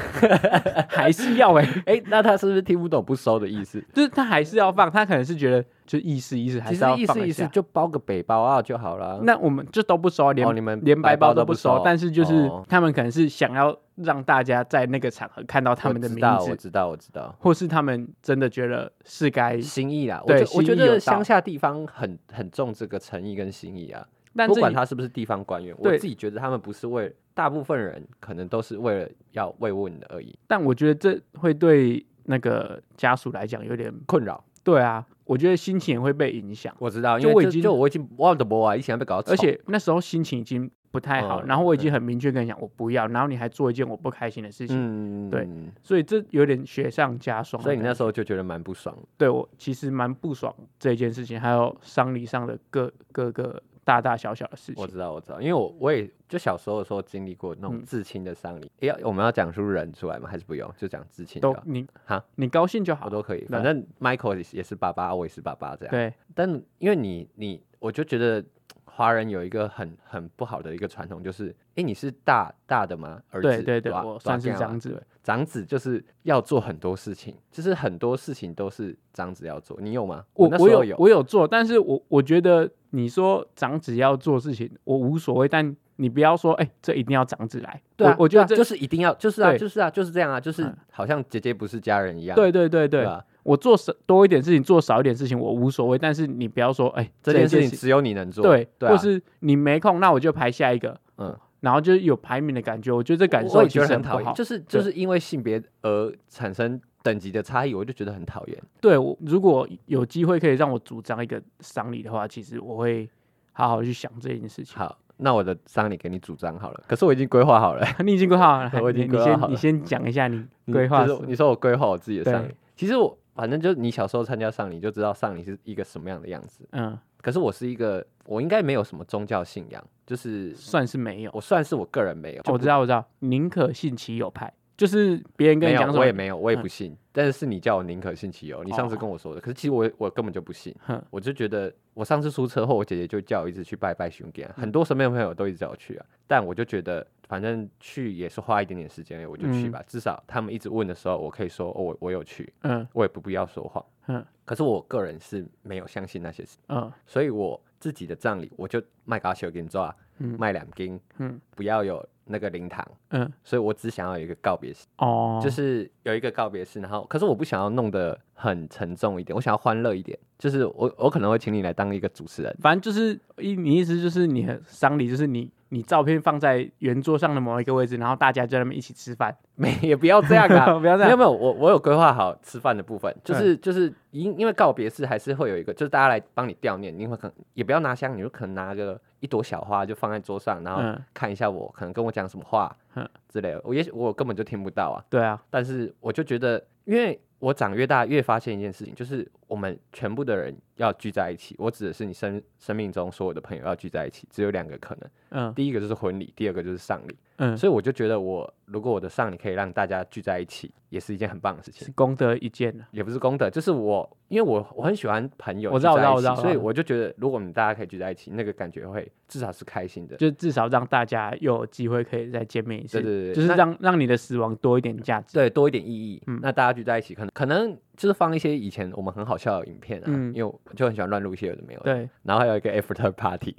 Speaker 1: 还是要哎、
Speaker 2: 哎，那他是不是听不懂不收的意 [laughs] 思？
Speaker 1: 就是他还是要放，他可能是觉得就意思意思还
Speaker 2: 其
Speaker 1: 是
Speaker 2: 实
Speaker 1: 要
Speaker 2: 意
Speaker 1: 放
Speaker 2: 思意
Speaker 1: 一
Speaker 2: 思
Speaker 1: 下。
Speaker 2: 就包个北包啊就好了。
Speaker 1: 那我们就都不收，连、
Speaker 2: 哦你们
Speaker 1: 连
Speaker 2: 白
Speaker 1: 白
Speaker 2: 包
Speaker 1: 包
Speaker 2: 都
Speaker 1: 都
Speaker 2: 不
Speaker 1: 不
Speaker 2: 收
Speaker 1: 收，但是就是
Speaker 2: 哦
Speaker 1: 他们可能是想要让大家在那个场合看到他们的
Speaker 2: 我
Speaker 1: 名
Speaker 2: 知道，我
Speaker 1: 字，
Speaker 2: 知道，我知道。
Speaker 1: 或是他们真的觉得是该，
Speaker 2: 心意啦，我
Speaker 1: 对
Speaker 2: 觉我觉
Speaker 1: 心意有
Speaker 2: 得
Speaker 1: 道
Speaker 2: 乡下地方很很重这个诚意跟心意啊，
Speaker 1: 但
Speaker 2: 不
Speaker 1: 这
Speaker 2: 管
Speaker 1: 也
Speaker 2: 他是不是地方官员，我
Speaker 1: 对
Speaker 2: 自己觉得他们不是为大部分人可能都是为了要慰问而已，
Speaker 1: 但我觉得这会对那个家属来讲有点
Speaker 2: 困扰。
Speaker 1: 对啊，我觉得心情也会被影响，
Speaker 2: 我知道，因
Speaker 1: 就
Speaker 2: 为
Speaker 1: 我已
Speaker 2: 这
Speaker 1: 经
Speaker 2: 就我已经忘了播啊，以前被搞到，
Speaker 1: 而且那时候心情已经不太好，
Speaker 2: 嗯
Speaker 1: 然后我已经很明确跟你讲我不要，然后你还做一件我不开心的事情，
Speaker 2: 嗯，
Speaker 1: 对，所以这有点雪上加霜。
Speaker 2: 所以你那时候就觉得蛮不爽。
Speaker 1: 对我其实蛮不爽这件事情，还有丧礼上的各各个大大小小的事
Speaker 2: 我
Speaker 1: 情。
Speaker 2: 知道，我知道，因为我我也就小时候的时候经历过那种
Speaker 1: 嗯
Speaker 2: 至亲的丧礼，要、我们要讲出人出来吗？还是不用？就讲至亲就
Speaker 1: 都
Speaker 2: 好，
Speaker 1: 你
Speaker 2: 哈
Speaker 1: 你高兴就
Speaker 2: 我
Speaker 1: 好。
Speaker 2: 都可以，
Speaker 1: 对
Speaker 2: 反正 Michael 也是也是爸爸，我也是爸爸这样。
Speaker 1: 对，
Speaker 2: 但因为你你，我就觉得华人有一个很很不好的一个传统，就是，诶，你是大大的吗？儿子，啊
Speaker 1: 对对对，
Speaker 2: 大
Speaker 1: 我算是
Speaker 2: 大干嘛
Speaker 1: 长子。
Speaker 2: 长子，就是要做很多事情，就是很多事情都是长子要做。你有吗？
Speaker 1: 我
Speaker 2: 那时
Speaker 1: 我
Speaker 2: 候
Speaker 1: 有我有做，但是我我觉得你说长子要做事情，我无所谓，但你不要说哎、这一定要长子来。
Speaker 2: 对啊，
Speaker 1: 我我觉
Speaker 2: 对
Speaker 1: 得这、
Speaker 2: 啊就是一定要，就是啊，
Speaker 1: 对
Speaker 2: 就是啊，就是这样啊，就是
Speaker 1: 嗯
Speaker 2: 好像姐姐不是家人一样。啊
Speaker 1: 对对对对，
Speaker 2: 吧？
Speaker 1: 我做少多一点事情，做少一点事情，我无所谓，但是你不要说哎、
Speaker 2: 这
Speaker 1: 一
Speaker 2: 件事
Speaker 1: 件
Speaker 2: 情只有你能做，
Speaker 1: 对，
Speaker 2: 对啊
Speaker 1: 或是你没空，那我就排下一个，
Speaker 2: 嗯
Speaker 1: 嗯，然后就是有排名的感觉，我觉得这感
Speaker 2: 我
Speaker 1: 受
Speaker 2: 也
Speaker 1: 其
Speaker 2: 觉
Speaker 1: 实
Speaker 2: 得很
Speaker 1: 不
Speaker 2: 讨厌，
Speaker 1: 好。
Speaker 2: 就是就是因为性别而产生等级的差异，我就觉得很讨厌。
Speaker 1: 对我如果有机会可以让我主张一个丧礼的话，其实我会好好去想这件事情。
Speaker 2: 好，那我的丧礼给你主张好了，可是我已经规划好了。
Speaker 1: [laughs] 你已经规划好了，
Speaker 2: 我已
Speaker 1: 你
Speaker 2: 经
Speaker 1: 你
Speaker 2: 规划好
Speaker 1: 先
Speaker 2: 了
Speaker 1: 你先讲一下你
Speaker 2: 你
Speaker 1: [laughs] 规划
Speaker 2: 就是是你说我规划我自己的丧礼
Speaker 1: 对，
Speaker 2: 其实我反正就是你小时候参加丧礼就知道丧礼是一个什么样的样子。
Speaker 1: 嗯，
Speaker 2: 可是我是一个，我应该没有什么宗教信仰，就是
Speaker 1: 算是没有。
Speaker 2: 我算是我个人没有，
Speaker 1: 我知道，我知道，宁可信其有派，就是别人跟
Speaker 2: 没
Speaker 1: 你
Speaker 2: 有
Speaker 1: 讲，什
Speaker 2: 我也
Speaker 1: 么，嗯
Speaker 2: 没有，我也不信。但是是你叫我宁可信其有，你上次
Speaker 1: 哦
Speaker 2: 跟我说的，可是其实我我根本就不信
Speaker 1: 哼，
Speaker 2: 我就觉得我上次出车祸，我姐姐就叫我一直去拜拜兄弟啊，
Speaker 1: 嗯
Speaker 2: 很多身边的朋友都一直叫我去啊，但我就觉得反正去也是花一点点时间而已，我就去
Speaker 1: 嗯
Speaker 2: 吧，至少他们一直问的时候，我可以说哦，我我有去，
Speaker 1: 嗯
Speaker 2: 我也不必要说谎。
Speaker 1: 嗯
Speaker 2: 可是我个人是没有相信那些事，
Speaker 1: 嗯
Speaker 2: 所以我自己的葬礼我就卖嘎小给你做啊，
Speaker 1: 嗯
Speaker 2: 卖两斤，
Speaker 1: 嗯
Speaker 2: 不要有那个灵堂，
Speaker 1: 嗯，
Speaker 2: 所以我只想要有一个告别式，
Speaker 1: 哦，
Speaker 2: 就是有一个告别式，然后可是我不想要弄得很沉重一点，我想要欢乐一点，就是我我可能会请你来当一个主持人，
Speaker 1: 反正就是意你意思就是你的丧礼就是你你照片放在圆桌上的某一个位置，然后大家就在那边一起吃饭，
Speaker 2: 没也 [laughs] 不要这样
Speaker 1: [laughs]
Speaker 2: 啊，
Speaker 1: 不要这
Speaker 2: 没有
Speaker 1: 样，
Speaker 2: 没有，我我有规划好吃饭的部分，
Speaker 1: 嗯
Speaker 2: 就是、就是因因为告别式还是会有一个，就是大家来帮你悼念，你会可能也不要拿香，你就可能拿个一朵小花就放在桌上，然后
Speaker 1: 嗯
Speaker 2: 看一下我、可能跟我讲什么话
Speaker 1: 嗯
Speaker 2: 之类的，我也许我根本就听不到啊，
Speaker 1: 对啊，
Speaker 2: 但是我就觉得，因为我长越大越发现一件事情，就是我们全部的人要聚在一起，我指的是你生生命中所有的朋友要聚在一起，只有两个可能，
Speaker 1: 嗯
Speaker 2: 第一个就是婚礼，第二个就是丧礼，
Speaker 1: 嗯，
Speaker 2: 所以我就觉得我如果我的丧礼可以让大家聚在一起，也是一件很棒的事情
Speaker 1: 是。功德一件啊
Speaker 2: 也不是功德，就是我，因为我我很喜欢朋友
Speaker 1: 我
Speaker 2: 聚
Speaker 1: 知道
Speaker 2: 在一
Speaker 1: 我
Speaker 2: 起，
Speaker 1: 知道我知道
Speaker 2: 所以我就觉得，如果我们大家可以聚在一起，那个感觉会至少是开心的。
Speaker 1: 就至少让大家又有机会可以再见面一次，
Speaker 2: 对对对
Speaker 1: 就是
Speaker 2: 那
Speaker 1: 让让你的死亡多一点价值，
Speaker 2: 对，多一点意义。
Speaker 1: 嗯
Speaker 2: 那大家聚在一起，可能可能就是放一些以前我们很好笑的影片啊，
Speaker 1: 嗯
Speaker 2: 因为我就很喜欢乱录一些有的没有的。
Speaker 1: 对，
Speaker 2: 然后还有一个 after party，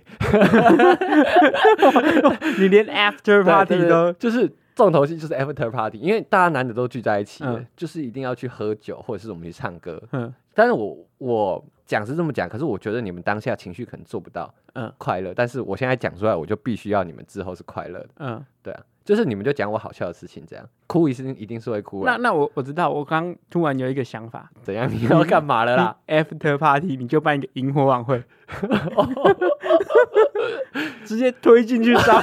Speaker 1: 你
Speaker 2: [laughs]
Speaker 1: 连 after
Speaker 2: 对
Speaker 1: party
Speaker 2: 对
Speaker 1: 都
Speaker 2: 就是重头戏就是 after party，因为大家难得都聚在一起了，
Speaker 1: 嗯
Speaker 2: 就是一定要去喝酒或者是我们去唱歌。
Speaker 1: 嗯
Speaker 2: 但是我我讲是这么讲，可是我觉得你们当下情绪可能做不到
Speaker 1: 嗯
Speaker 2: 快乐，但是我现在讲出来，我就必须要你们之后是快乐的，
Speaker 1: 嗯。
Speaker 2: 对啊，就是你们就讲我好笑的事情，这样哭一定一定是会哭
Speaker 1: 那
Speaker 2: 啊，
Speaker 1: 那我我知道，我刚突然有一个想法，
Speaker 2: 怎样你要干嘛
Speaker 1: [laughs]
Speaker 2: 了啦？
Speaker 1: 你 after party 你就办一个萤火晚
Speaker 2: [laughs]
Speaker 1: 会， [laughs] 直接推进去烧。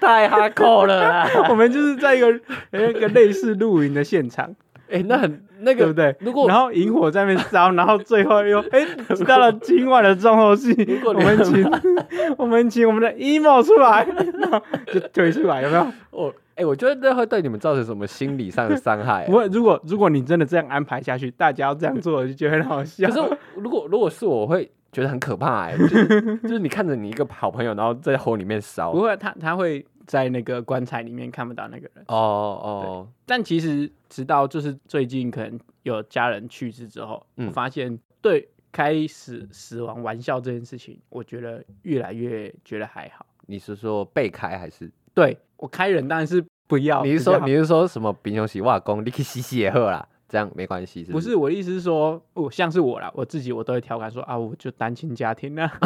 Speaker 2: 太哈扣了啦！
Speaker 1: [laughs] 我们就是在一个哎一个类似露营的现场，
Speaker 2: 哎、那很那
Speaker 1: 对不
Speaker 2: 个，
Speaker 1: 对？
Speaker 2: 如果
Speaker 1: 然后萤火在那边烧，然后最后
Speaker 2: [laughs]
Speaker 1: 又哎，知道了今晚的重头戏，
Speaker 2: 果
Speaker 1: 我
Speaker 2: 你
Speaker 1: 们请 [laughs] 我们请我们的 emo 出来，然后就推出来，有没有？
Speaker 2: 我哎、我觉得那会对你们造成什么心理上的
Speaker 1: [laughs]
Speaker 2: 伤害、啊
Speaker 1: 不过如果如果你真的这样安排下去，大家要这样做，我就觉得很好笑。
Speaker 2: 可是我如果如果是我会觉得很可怕、哎，就是就是你看着你一个好朋友，然后在火里面烧。
Speaker 1: 不
Speaker 2: 哦
Speaker 1: 过他他会在那个棺材里面看不到那个人。
Speaker 2: 哦，
Speaker 1: 但其实直到就是最近可能有家人去世之后，
Speaker 2: 嗯
Speaker 1: 我发现对开始死亡玩笑这件事情，我觉得越来越觉得还好。
Speaker 2: 你是说被开还是？
Speaker 1: 对我开人当然是不要，
Speaker 2: 你是
Speaker 1: 哦比较
Speaker 2: 说
Speaker 1: 好
Speaker 2: 你是说什么？平常洗瓦工，你去洗洗也喝啦，这样没关系，是
Speaker 1: 不
Speaker 2: 是？
Speaker 1: 是我的意思是说，我像是我啦，我自己我都会调侃说啊，我就单亲家庭啊， [laughs]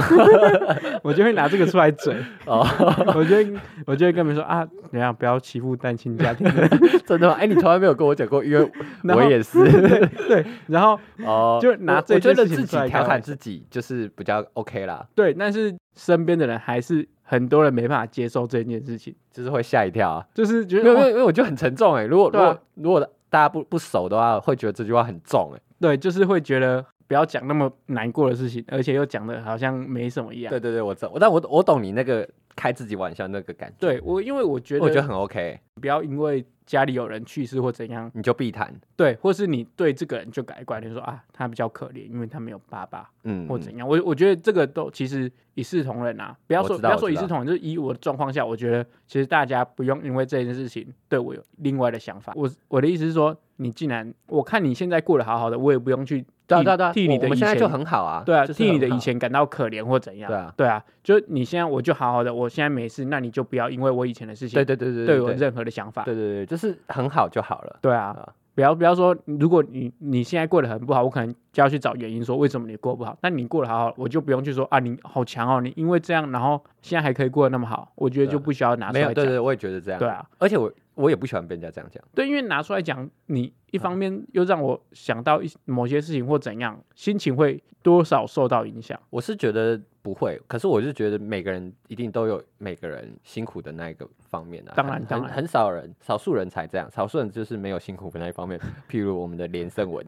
Speaker 1: 我就会拿这个出来嘴，
Speaker 2: 哦， [laughs]
Speaker 1: 我就会我就会跟他们说啊，怎样不要欺负单亲家庭的，
Speaker 2: 真的吗？哎、你从来没有跟我讲过，因为
Speaker 1: [laughs] 然
Speaker 2: 我
Speaker 1: 后
Speaker 2: 也是
Speaker 1: [laughs] 对，然后
Speaker 2: [laughs] 哦。
Speaker 1: 就拿
Speaker 2: 我
Speaker 1: 这
Speaker 2: 我觉
Speaker 1: 件
Speaker 2: 得
Speaker 1: 事情
Speaker 2: 自己
Speaker 1: 出来开
Speaker 2: 调侃
Speaker 1: 玩
Speaker 2: 自己就是比较 OK 啦，
Speaker 1: 对，但是身边的人还是很多人没办法接受这件事情，
Speaker 2: 就是会吓一跳啊。
Speaker 1: 就是觉
Speaker 2: 没
Speaker 1: 得哦
Speaker 2: 有，
Speaker 1: 哇
Speaker 2: 因为因为我觉得很沉重哎、如果、
Speaker 1: 对啊
Speaker 2: 如果如果大家不不熟的话，会觉得这句话很重哎、
Speaker 1: 对，就是会觉得不要讲那么难过的事情，而且又讲的好像没什么一样。
Speaker 2: 对对对，我知道，但我我懂你那个开自己玩笑那个感觉，
Speaker 1: 对我，因为我觉
Speaker 2: 我觉得
Speaker 1: 得
Speaker 2: 很 OK，欸、
Speaker 1: 不要因为家里有人去世或怎样，
Speaker 2: 你就避谈，
Speaker 1: 对，或是你对这个人就改观，你说啊，他比较可怜，因为他没有爸爸
Speaker 2: 嗯，
Speaker 1: 或
Speaker 2: 嗯
Speaker 1: 怎样。我我觉得这个都其实一视同仁啊，不要
Speaker 2: 我
Speaker 1: 说
Speaker 2: 知
Speaker 1: 不
Speaker 2: 道
Speaker 1: 要
Speaker 2: 我
Speaker 1: 说
Speaker 2: 知
Speaker 1: 一视
Speaker 2: 道
Speaker 1: 同仁，就是以我的状况下，我觉得其实大家不用因为这件事情对我有另外的想法。我我的意思是说，你既然我看你现在过得好好的，我也不用去
Speaker 2: 对啊
Speaker 1: 替
Speaker 2: 对啊对啊，
Speaker 1: 替你
Speaker 2: 我
Speaker 1: 的
Speaker 2: 我们
Speaker 1: 以
Speaker 2: 现在
Speaker 1: 前
Speaker 2: 就很好啊，
Speaker 1: 对啊，
Speaker 2: 就是
Speaker 1: 替你的
Speaker 2: 很好
Speaker 1: 以前感到可怜或怎样。
Speaker 2: 对啊
Speaker 1: 对啊，就你现在我就好好的，我现在没事，那你就不要因为我以前的事情
Speaker 2: 对对对对
Speaker 1: 对我有
Speaker 2: 对对
Speaker 1: 任何的想法。
Speaker 2: 对对，就是很好就好了，
Speaker 1: 对
Speaker 2: 啊
Speaker 1: 啊，不要不要说，如果你你现在过得很不好，我可能就要去找原因说为什么你过不好。那你过得好好，我就不用去说啊，你好强哦，你因为这样，然后现在还可以过得那么好，我觉得
Speaker 2: 对啊
Speaker 1: 就不需要拿出
Speaker 2: 没有
Speaker 1: 来
Speaker 2: 对
Speaker 1: 讲。
Speaker 2: 对，我也觉得这样，
Speaker 1: 对，啊，
Speaker 2: 而且我我也不喜欢被人家这样讲，
Speaker 1: 对，因为拿出来讲，你一方面又让我想到一某些事情或怎样，心情会多少受到影响。
Speaker 2: 我是觉得不会，可是我是觉得每个人一定都有每个人辛苦的那一个方面啊。
Speaker 1: 当然
Speaker 2: 很
Speaker 1: 当
Speaker 2: 很
Speaker 1: 然
Speaker 2: 很少人，少数人才这样，少数人就是没有辛苦的那一方面。譬如我们的连胜文，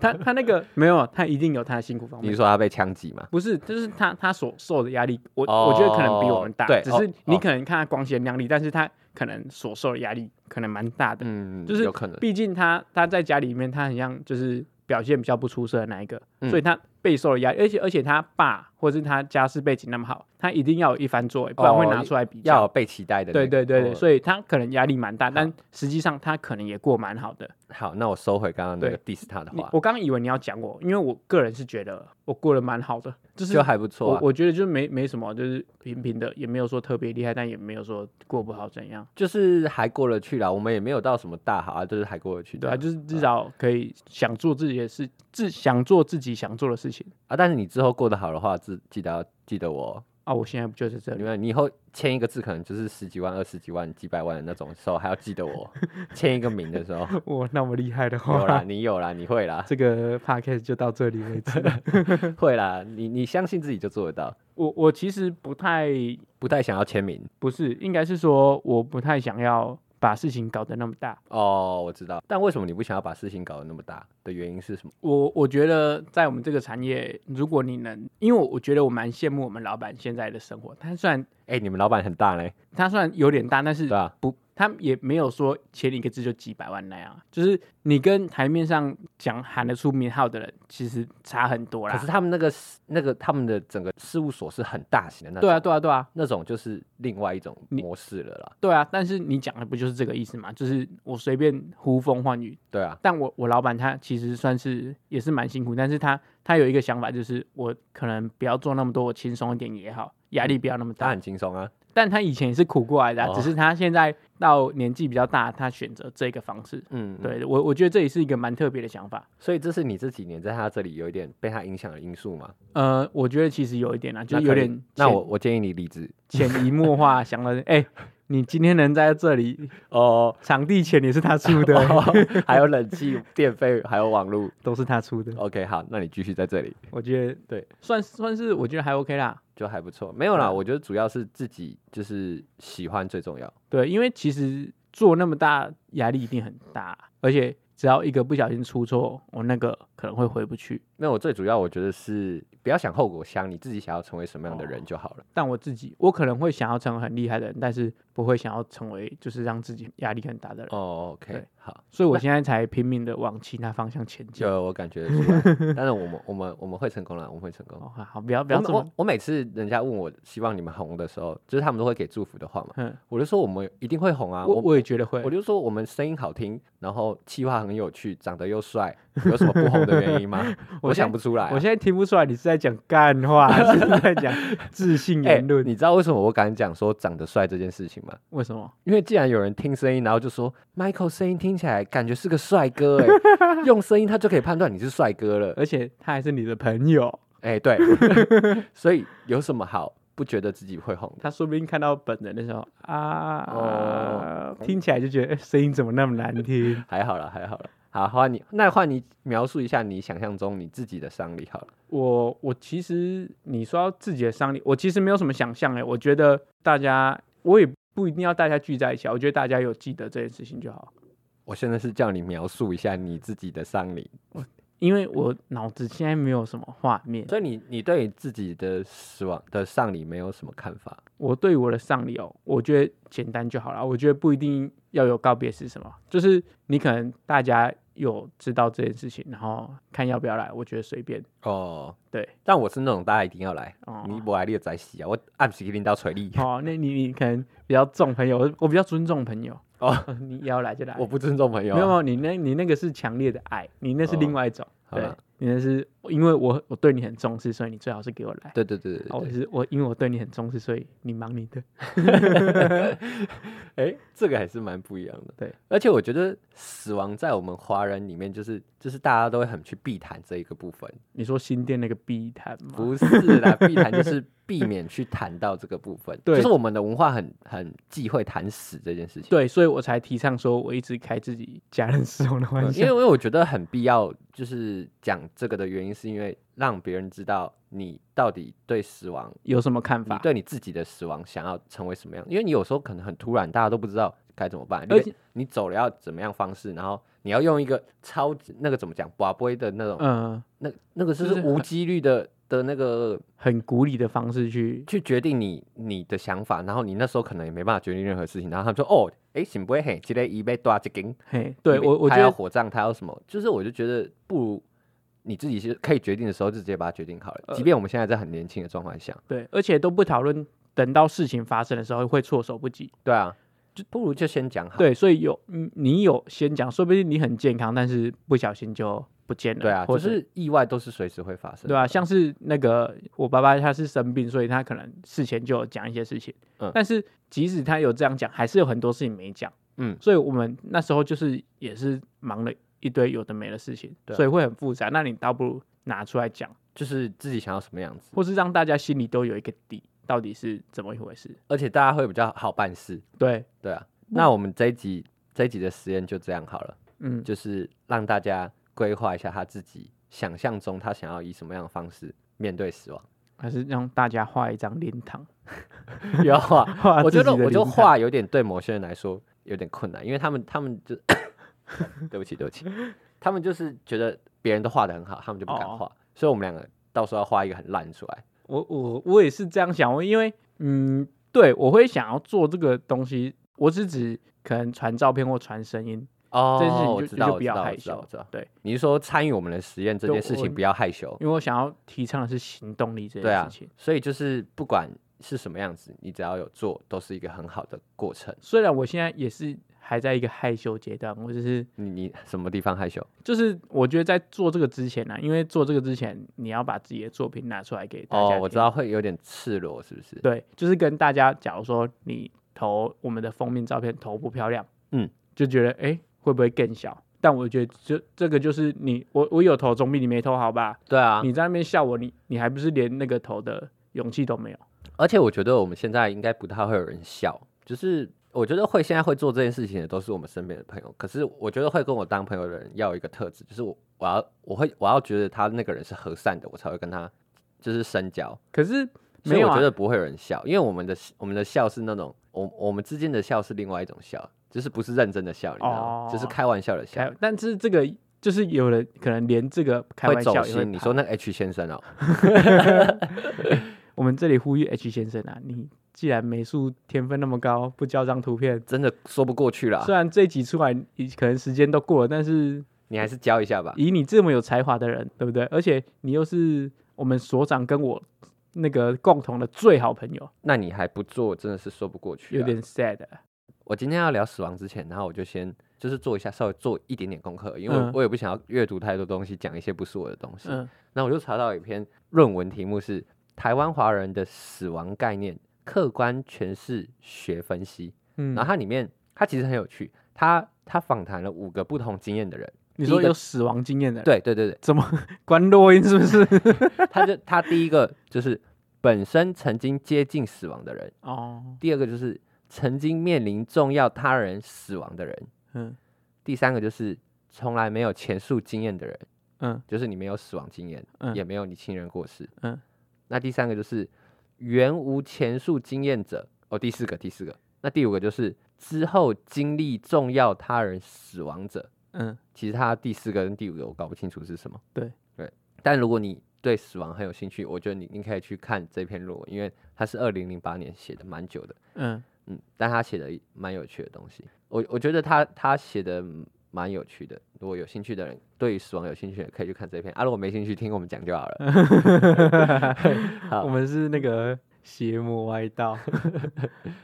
Speaker 1: 他他那
Speaker 2: [laughs]
Speaker 1: 个没有，他一定有他的辛苦方面
Speaker 2: 你。说他被枪击嘛？
Speaker 1: 不是，就是他他所受的压力，我、
Speaker 2: 哦
Speaker 1: 我觉得可能比我们大，
Speaker 2: 对
Speaker 1: 只
Speaker 2: 哦
Speaker 1: 是你
Speaker 2: 哦
Speaker 1: 可能看他光鲜亮丽，但是他可能所受的压力可能蛮大的。
Speaker 2: 嗯，
Speaker 1: 就是
Speaker 2: 有可能。
Speaker 1: 毕竟他他在家里面，他很像就是表现比较不出色的那一个，
Speaker 2: 嗯
Speaker 1: 所以他备受的压力，而且而且他爸或是他家世背景那么好，他一定要有一番作为，不然会拿出来比
Speaker 2: 哦要
Speaker 1: 较。
Speaker 2: 有被期待的那
Speaker 1: 对
Speaker 2: 个、
Speaker 1: 对对对，
Speaker 2: 哦
Speaker 1: 所以他可能压力蛮大，但实际上他可能也过蛮好的。
Speaker 2: 哦好，那我收回刚刚那个
Speaker 1: 对
Speaker 2: diss 他的
Speaker 1: 你
Speaker 2: 话，
Speaker 1: 我刚以为你要讲我，因为我个人是觉得我过得蛮好的，就是
Speaker 2: 就还不错、
Speaker 1: 我
Speaker 2: 啊。
Speaker 1: 我觉得就没没什么，就是平平的，也没有说特别厉害，但也没有说过不好怎样，
Speaker 2: 就是还过得去啦，我们也没有到什么大好啊，就是还过得去这
Speaker 1: 对啊，
Speaker 2: 样。
Speaker 1: 就是至少可以想做自己的事，自想做自己想做的事情
Speaker 2: 啊，但是你之后过得好的话，记记得要记得我哦，
Speaker 1: 啊。我现在不就是这
Speaker 2: 你
Speaker 1: [laughs] 里？
Speaker 2: 们你以后签一个字，可能就是十几万、二十几万、几百万的那种时候，还要记得我签一个名的时
Speaker 1: [laughs]
Speaker 2: 候。
Speaker 1: 我那么厉害的
Speaker 2: 有啦，，你有啦，你会啦，
Speaker 1: 这个 podcast 就到这里为止。
Speaker 2: 会啦，你你相信自己就做得到，
Speaker 1: [laughs] 我我其实不太
Speaker 2: 不太想要签名
Speaker 1: 不是，应该是说我不太想要把事情搞得那么大。
Speaker 2: 哦，我知道。但为什么你不想要把事情搞得那么大的原因是什么？
Speaker 1: 我我觉得在我们这个产业，如果你能，因为我我觉得我蛮羡慕我们老板现在的生活。他虽然
Speaker 2: 哎、你们老板很大嘞，
Speaker 1: 他虽然有点大，但是
Speaker 2: 对吧、
Speaker 1: 不，他也没有说签一个字就几百万那样，啊就是你跟台面上讲喊得出名号的人，其实差很多啦。
Speaker 2: 可是他们那个那个他们的整个事务所是很大型的那种，
Speaker 1: 对啊，对啊，对啊，
Speaker 2: 那种就是另外一种
Speaker 1: 你
Speaker 2: 模式了啦。
Speaker 1: 对啊，但是你讲的不就是这个意思吗？就是我随便呼风唤雨，
Speaker 2: 对啊，
Speaker 1: 但我我老板他其实算是也是蛮辛苦，但是他他有一个想法，就是我可能不要做那么多，我轻松一点也好，压力不要那么
Speaker 2: 他
Speaker 1: 大。
Speaker 2: 很轻松啊，
Speaker 1: 但他以前也是苦过来的啊、
Speaker 2: 嗯哦
Speaker 1: 只是他现在到年纪比较大，他选择这个方式。
Speaker 2: 嗯，
Speaker 1: 对我，我觉得这也是一个蛮特别的想法。
Speaker 2: 所以这是你这几年在他这里有一点被他影响的因素嘛？
Speaker 1: 呃，我觉得其实有一点啊，就
Speaker 2: 那
Speaker 1: 是有
Speaker 2: 可以
Speaker 1: 点潜
Speaker 2: 那我我建议你离职
Speaker 1: 潜移默化想了，哎、你今天能在这里，
Speaker 2: 哦，
Speaker 1: 场地钱也是他出 [laughs] 的，
Speaker 2: [laughs] 还有冷 [laughs] 气、电费，还有网路。
Speaker 1: 都是他出的。
Speaker 2: OK，好，那你继续在这里
Speaker 1: 我觉得
Speaker 2: 对，
Speaker 1: 算算是我觉得还 OK 啦。
Speaker 2: 就还不错。没有啦，
Speaker 1: 对
Speaker 2: 我觉得主要是自己就是喜欢最重要。
Speaker 1: 对，因为其实做那么大压力一定很大，而且只要一个不小心出错，我那个可能会回不去。
Speaker 2: 那我最主要我觉得是不要想后果想你自己想要成为什么样的人
Speaker 1: 哦
Speaker 2: 就好了。
Speaker 1: 但我自己，我可能会想要成为很厉害的人，但是不会想要成为就是让自己压力很大的人。
Speaker 2: 哦，OK，
Speaker 1: 对
Speaker 2: 好，嗯
Speaker 1: 所以我现在才拼命的往其他方向前进。
Speaker 2: 就我感觉得 [laughs] 出来，但是我们我们我们会成功啦，我们会成功。
Speaker 1: 哦，好好，不要不
Speaker 2: 我
Speaker 1: 要
Speaker 2: 每
Speaker 1: 这么
Speaker 2: 我，我每次人家问我希望你们红的时候，就是他们都会给祝福的话嘛，
Speaker 1: 嗯，
Speaker 2: 我就说我们一定会红啊，
Speaker 1: 我
Speaker 2: 我
Speaker 1: 我也觉得会
Speaker 2: 我，就说我们声音好听，然后气话很有趣，长得又帅， [laughs] 有什么不红的原因吗？
Speaker 1: [laughs]
Speaker 2: 我
Speaker 1: 我现
Speaker 2: 想不出来啊、
Speaker 1: 我现在听不出来你是在讲干话，还是在讲自信
Speaker 2: 哎
Speaker 1: 言 [laughs] 论。
Speaker 2: 你知道为什么我敢讲说长得帅这件事情吗？
Speaker 1: 为什么？
Speaker 2: 因为既然有人听声音，然后就说 Michael 声音听起来感觉是个帅哥、
Speaker 1: [laughs]
Speaker 2: 欸，用声音他就可以判断你是帅哥了。
Speaker 1: 而且他还是你的朋友，
Speaker 2: 哎、对， [laughs] 所以有什么好不觉得自己会红的？
Speaker 1: 他说不定看到本人的时候啊，
Speaker 2: 哦
Speaker 1: 听起来就觉得、哎声音怎么那么难听？
Speaker 2: 还好了，还好了。好，换你，那换你描述一下你想象中你自己的丧礼好了。
Speaker 1: [laughs] 我我其实你说到自己的伤力，我其实没有什么想象哎、我觉得大家我也不一定要大家聚在一起啊，我觉得大家有记得这件事情就好，
Speaker 2: 我现在是叫你描述一下你自己的丧礼，
Speaker 1: 因为我脑子现在没有什么画面，
Speaker 2: 所以你你对你自己的死亡的丧礼没有什么看法？
Speaker 1: 我对我的丧礼哦，我觉得简单就好了，我觉得不一定要有告别式什么，就是你可能大家有知道这件事情，然后看要不要来，我觉得随便。
Speaker 2: 哦，
Speaker 1: 对，
Speaker 2: 但我是那种大家一定要来，
Speaker 1: 哦
Speaker 2: 你不来你就再洗啊，我按时给你到锤力。
Speaker 1: 哦，那你你可能比较重朋友，我我比较尊重朋友。
Speaker 2: 哦，
Speaker 1: 你要来就来，
Speaker 2: 我不尊重朋友
Speaker 1: 没有没
Speaker 2: 啊，
Speaker 1: 有，你那你那个是强烈的爱，你那是另
Speaker 2: 哦
Speaker 1: 外一种。
Speaker 2: 好
Speaker 1: 对
Speaker 2: 啦，
Speaker 1: 你那是因为我我对你很重视，所以你最好是给我来。
Speaker 2: 对对对对
Speaker 1: 啊，我
Speaker 2: 对。
Speaker 1: 是我因为我对你很重视，所以你忙你的。
Speaker 2: 哎、这个还是蛮不一样的。
Speaker 1: 对，
Speaker 2: 而且我觉得死亡在我们华人里面，就是就是大家都会很去避谈这一个部分。
Speaker 1: 你说新店那个 B 摊吗？
Speaker 2: 不是啦，避谈就是避免去谈到这个部分。
Speaker 1: [laughs] 对
Speaker 2: 就是我们的文化很很忌讳谈死这件事情。
Speaker 1: 对，所以我才提倡说，我一直开自己家人死亡的玩
Speaker 2: 呃，因
Speaker 1: 笑。
Speaker 2: 为因为我觉得很必要，就是讲这个的原因，是因为让别人知道你到底对死亡，
Speaker 1: 有什么看
Speaker 2: 你
Speaker 1: 法？
Speaker 2: 对你自己的死亡想要成为什么样。因为你有时候可能很突然，大家都不知道该怎么办。
Speaker 1: 而且
Speaker 2: 你你走了要怎么样方式，然后你要用一个超级那个怎么讲，寡不的那种，
Speaker 1: 嗯，
Speaker 2: 那那个就
Speaker 1: 就是是
Speaker 2: 无
Speaker 1: 很
Speaker 2: 几率的的那个
Speaker 1: 很鼓励的方式去，
Speaker 2: 去决定你你的想法，然后你那时候可能也没办法决定任何事情，然后他们说哦，哎，行不会嘿，今天一被抓一根，
Speaker 1: 嘿，对
Speaker 2: 一杯
Speaker 1: 我我觉
Speaker 2: 他要
Speaker 1: 得
Speaker 2: 火葬，他要什么，就是我就觉得不如你自己是可以决定的时候就直接把它决定好了，
Speaker 1: 呃
Speaker 2: 即便我们现在在很年轻的状况下，
Speaker 1: 对，而且都不讨论，等到事情发生的时候会措手不及。
Speaker 2: 对啊，就不如就先讲好，
Speaker 1: 对，所以有嗯你有先讲，说不定你很健康，但是不小心就不见了。
Speaker 2: 对啊，
Speaker 1: 或
Speaker 2: 就
Speaker 1: 者
Speaker 2: 是意外都是随时会发生的，
Speaker 1: 对啊，像是那个我爸爸他是生病，所以他可能事前就有讲一些事情，
Speaker 2: 嗯
Speaker 1: 但是即使他有这样讲，还是有很多事情没讲，
Speaker 2: 嗯
Speaker 1: 所以我们那时候就是也是忙了一堆有的没的事情，
Speaker 2: 对啊
Speaker 1: 所以会很复杂。那你倒不如拿出来讲，
Speaker 2: 就是自己想要什么样子，
Speaker 1: 或是让大家心里都有一个底，到底是怎么一回事。
Speaker 2: 而且大家会比较好办事，
Speaker 1: 对，
Speaker 2: 对啊，那我们这一集这一集的实验就这样好了。
Speaker 1: 嗯，
Speaker 2: 就是让大家规划一下他自己想象中他想要以什么样的方式面对死
Speaker 1: [laughs]
Speaker 2: 亡。
Speaker 1: 还是让大家画一张灵堂，
Speaker 2: [laughs] 不要画，
Speaker 1: 画
Speaker 2: 我觉
Speaker 1: 自
Speaker 2: 得
Speaker 1: 己的
Speaker 2: 我就
Speaker 1: 灵堂，
Speaker 2: 画有点对某些人来说有点困难，因为他们他们就对不起对不起，他们就是觉得别人都画的很好，他们就不敢
Speaker 1: 哦
Speaker 2: 画，所以我们两个到时候要画一个很烂出来。
Speaker 1: 我我我也是这样想，我因为嗯，对我会想要做这个东西，我是指可能传照片或传声音，
Speaker 2: 哦，
Speaker 1: 这件事情
Speaker 2: 我
Speaker 1: 就
Speaker 2: 知
Speaker 1: 就
Speaker 2: 道，
Speaker 1: 就
Speaker 2: 我
Speaker 1: 不
Speaker 2: 知
Speaker 1: 要
Speaker 2: 道，我
Speaker 1: 害
Speaker 2: 知道，我
Speaker 1: 羞
Speaker 2: 知道。
Speaker 1: 对，
Speaker 2: 你是说参与我们的实验这
Speaker 1: 对
Speaker 2: 件事
Speaker 1: 我
Speaker 2: 情不要害羞，
Speaker 1: 因为我想要提倡的是行动力这
Speaker 2: 对
Speaker 1: 件事
Speaker 2: 啊
Speaker 1: 情。，
Speaker 2: 所以就是不管是什么样子，你只要有做，都是一个很好的过程。
Speaker 1: 虽然我现在也是还在一个害羞阶段，我只是
Speaker 2: 你你什么地方害羞？
Speaker 1: 就是我觉得在做这个之前呢、啊因为做这个之前，你要把自己的作品拿出来给大家。
Speaker 2: 哦，我知。道会有点赤裸，是不是？
Speaker 1: 对，就是跟大家，假如说你投我们的封面照片投不漂亮，
Speaker 2: 嗯，
Speaker 1: 就觉得哎、诶会不会更小？但我觉得这这个就是你我我有投总比你没投好吧？
Speaker 2: 对啊，
Speaker 1: 你在那边笑我，你你还不是连那个投的勇气都没有？
Speaker 2: 而且我觉得我们现在应该不太会有人笑，就是我觉得会现在会做这件事情的都是我们身边的朋友。可是我觉得会跟我当朋友的人要有一个特质，就是我我要我会我要觉得他那个人是和善的，我才会跟他就是深交。
Speaker 1: 可是
Speaker 2: 所
Speaker 1: 没
Speaker 2: 以
Speaker 1: 有
Speaker 2: 我
Speaker 1: 啊
Speaker 2: 觉，得不会有人笑，因为我们的我们的笑是那种我我们之间的笑是另外一种笑，就是不是认真的笑，你知道吗？就是
Speaker 1: 哦
Speaker 2: 开玩笑的笑
Speaker 1: 开，但是这个就是有人可能连这个开玩
Speaker 2: 会
Speaker 1: 笑
Speaker 2: 走
Speaker 1: 也会
Speaker 2: 心。你
Speaker 1: 怕
Speaker 2: 说那个 H 先生哦，
Speaker 1: 我们这里呼吁 H 先生啊，你既然美术天分那么高，不交张图片，
Speaker 2: 真的说不过去啦
Speaker 1: 虽，然这一集出来已可能时间都过了，但是
Speaker 2: 你还是教一下吧。
Speaker 1: 以你这么有才华的人，对不对？而且你又是我们所长跟我那个共同的最好朋友，
Speaker 2: 那你还不做，真的是说不过去、啊。
Speaker 1: 有点 sad。
Speaker 2: 我今天要聊死亡之前，然后我就先就是做一下，稍微做一点点功课，因为我
Speaker 1: 嗯
Speaker 2: 我也不想要阅读太多东西，讲一些不是我的东西。
Speaker 1: 嗯，
Speaker 2: 那我就查到一篇论文，题目是《台湾华人的死亡概念客观诠释学分析》，
Speaker 1: 嗯
Speaker 2: 然后它里面它其实很有趣，它它访谈了五个不同经验的人。
Speaker 1: 你
Speaker 2: 第
Speaker 1: 说
Speaker 2: 一个
Speaker 1: 有死亡经验的人，，
Speaker 2: 对对对对，
Speaker 1: 怎么关录音是不是？
Speaker 2: 他就他第一个就是本身曾经接近死亡的人，
Speaker 1: [laughs] 哦，
Speaker 2: 第二个就是曾经面临重要他人死亡的人，
Speaker 1: 嗯
Speaker 2: 第三个就是从来没有前述经验的人，
Speaker 1: 嗯
Speaker 2: 就是你没有死亡经验，
Speaker 1: 嗯
Speaker 2: 也没有你亲人过世，
Speaker 1: 嗯。
Speaker 2: 那第三个就是原无前述经验者，哦，第四个，第四个。那第五个就是之后经历重要他人死亡者。
Speaker 1: 嗯，
Speaker 2: 其实他第四个跟第五个我搞不清楚是什么。
Speaker 1: 对
Speaker 2: 对，但如果你对死亡很有兴趣，我觉得你你可以去看这篇论文，因为它是二零零八年写的，蛮久的。
Speaker 1: 嗯
Speaker 2: 嗯，但他写的蛮有趣的东西，我我觉得他他写的蛮有趣的。如果有兴趣的人，对于死亡有兴趣的人可以去看这篇啊。如果没兴趣，听我们讲就好了。 [laughs] 好
Speaker 1: 啊我们是那个邪魔歪道，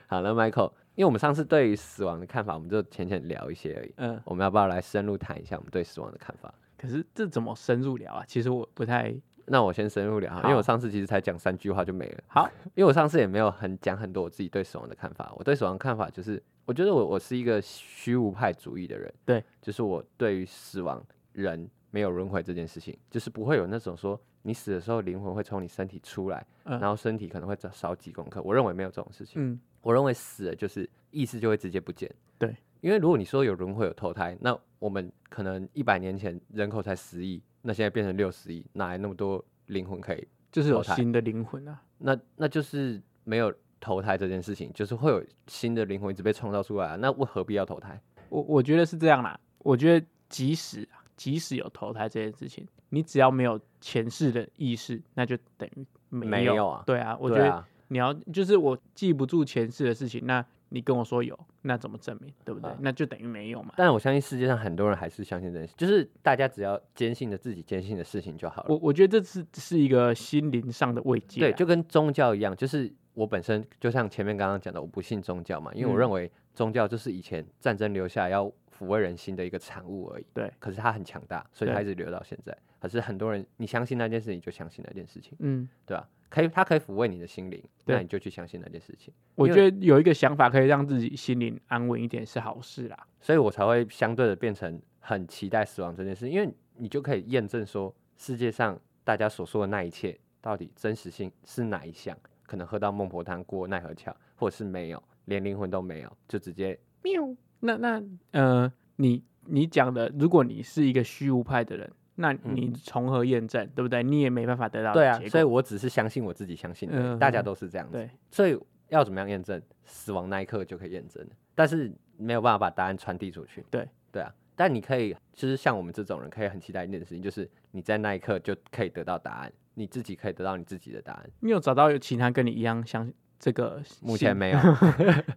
Speaker 2: 好了，Michael，因为我们上次对于死亡的看法，我们就浅浅聊一些而已。
Speaker 1: 嗯，
Speaker 2: 我们要不要来深入谈一下我们对死亡的看法？
Speaker 1: [laughs] 可是这怎么深入聊啊？其实我不太
Speaker 2: 那我先深入聊好了，因为
Speaker 1: 好
Speaker 2: 我上次其实才讲三句话就没了。
Speaker 1: 好，
Speaker 2: 因为我上次也没有很讲很多我自己对死亡的看法。我对死亡的看法就是，我觉得我我是一个虚无派主义的人。
Speaker 1: 对，
Speaker 2: 就是我对于死亡人没有轮回这件事情，就是不会有那种说你死的时候灵魂会从你身体出来，
Speaker 1: 嗯
Speaker 2: 然后身体可能会少少几公克。我认为没有这种事情。
Speaker 1: 嗯
Speaker 2: 我认为死了就是意识就会直接不见。
Speaker 1: 对，
Speaker 2: 因为如果你说有轮回有投胎，那我们可能一百年前人口才十亿，那现在变成六十亿，哪来那么多灵魂可以？
Speaker 1: 就是有
Speaker 2: 投胎
Speaker 1: 新的灵魂啊。
Speaker 2: 那那就是没有投胎这件事情，就是会有新的灵魂一直被创造出来、啊，那我何必要投胎？
Speaker 1: 我我觉得是这样啦。我觉得即使啊即使有投胎这件事情，你只要没有前世的意识，那就等于没有。
Speaker 2: 没有啊
Speaker 1: 对啊，我觉
Speaker 2: 对
Speaker 1: 得
Speaker 2: 啊，
Speaker 1: 你要、就是我记不住前世的事情，那你跟我说有，那怎么证明？对不对？
Speaker 2: 啊
Speaker 1: 那就等于没有嘛。
Speaker 2: 但我相信世界上很多人还是相信这件事，就是大家只要坚信着自己坚信的事情就好了。
Speaker 1: 我我觉得这是是一个心灵上的慰藉啊啦。
Speaker 2: 对，就跟宗教一样，就是我本身就像前面刚刚讲的，我不信宗教嘛，因为我
Speaker 1: 嗯
Speaker 2: 认为宗教就是以前战争留下要抚慰人心的一个产物而已。
Speaker 1: 对，
Speaker 2: 可是它很强大，所以它
Speaker 1: 对
Speaker 2: 一直留到现在。可是很多人，你相信那件事情，你就相信那件事情，
Speaker 1: 嗯，
Speaker 2: 对吧、可以，它可以抚慰你的心灵，
Speaker 1: 对
Speaker 2: 那你就去相信那件事情。
Speaker 1: 我
Speaker 2: 因
Speaker 1: 觉得有一个想法可以让自己心灵安稳一点是好事啦。
Speaker 2: 所以我才会相对的变成很期待死亡这件事，因为你就可以验证说世界上大家所说的那一切到底真实性是哪一项，可能喝到孟婆汤过奈何桥，或者是没有，连灵魂都没有，就直接
Speaker 1: 喵。那那呃，你你讲的，如果你是一个虚无派的人，那你从何验证，对不对？你也没办法得到
Speaker 2: 嗯对啊
Speaker 1: 结，
Speaker 2: 所以
Speaker 1: 果
Speaker 2: 我只是相信我自己相信的，
Speaker 1: 嗯
Speaker 2: 大家都是这样子，
Speaker 1: 对
Speaker 2: 所以要怎么样验证？死亡那一刻就可以验证，但是没有办法把答案传递出去。
Speaker 1: 对
Speaker 2: 对啊，但你可以，就是像我们这种人，可以很期待一件事情，就是你在那一刻就可以得到答案，你自己可以得到你自己的答案。
Speaker 1: 你有找到有其他跟你一样相这个
Speaker 2: 目
Speaker 1: 性 [laughs]
Speaker 2: 前没有，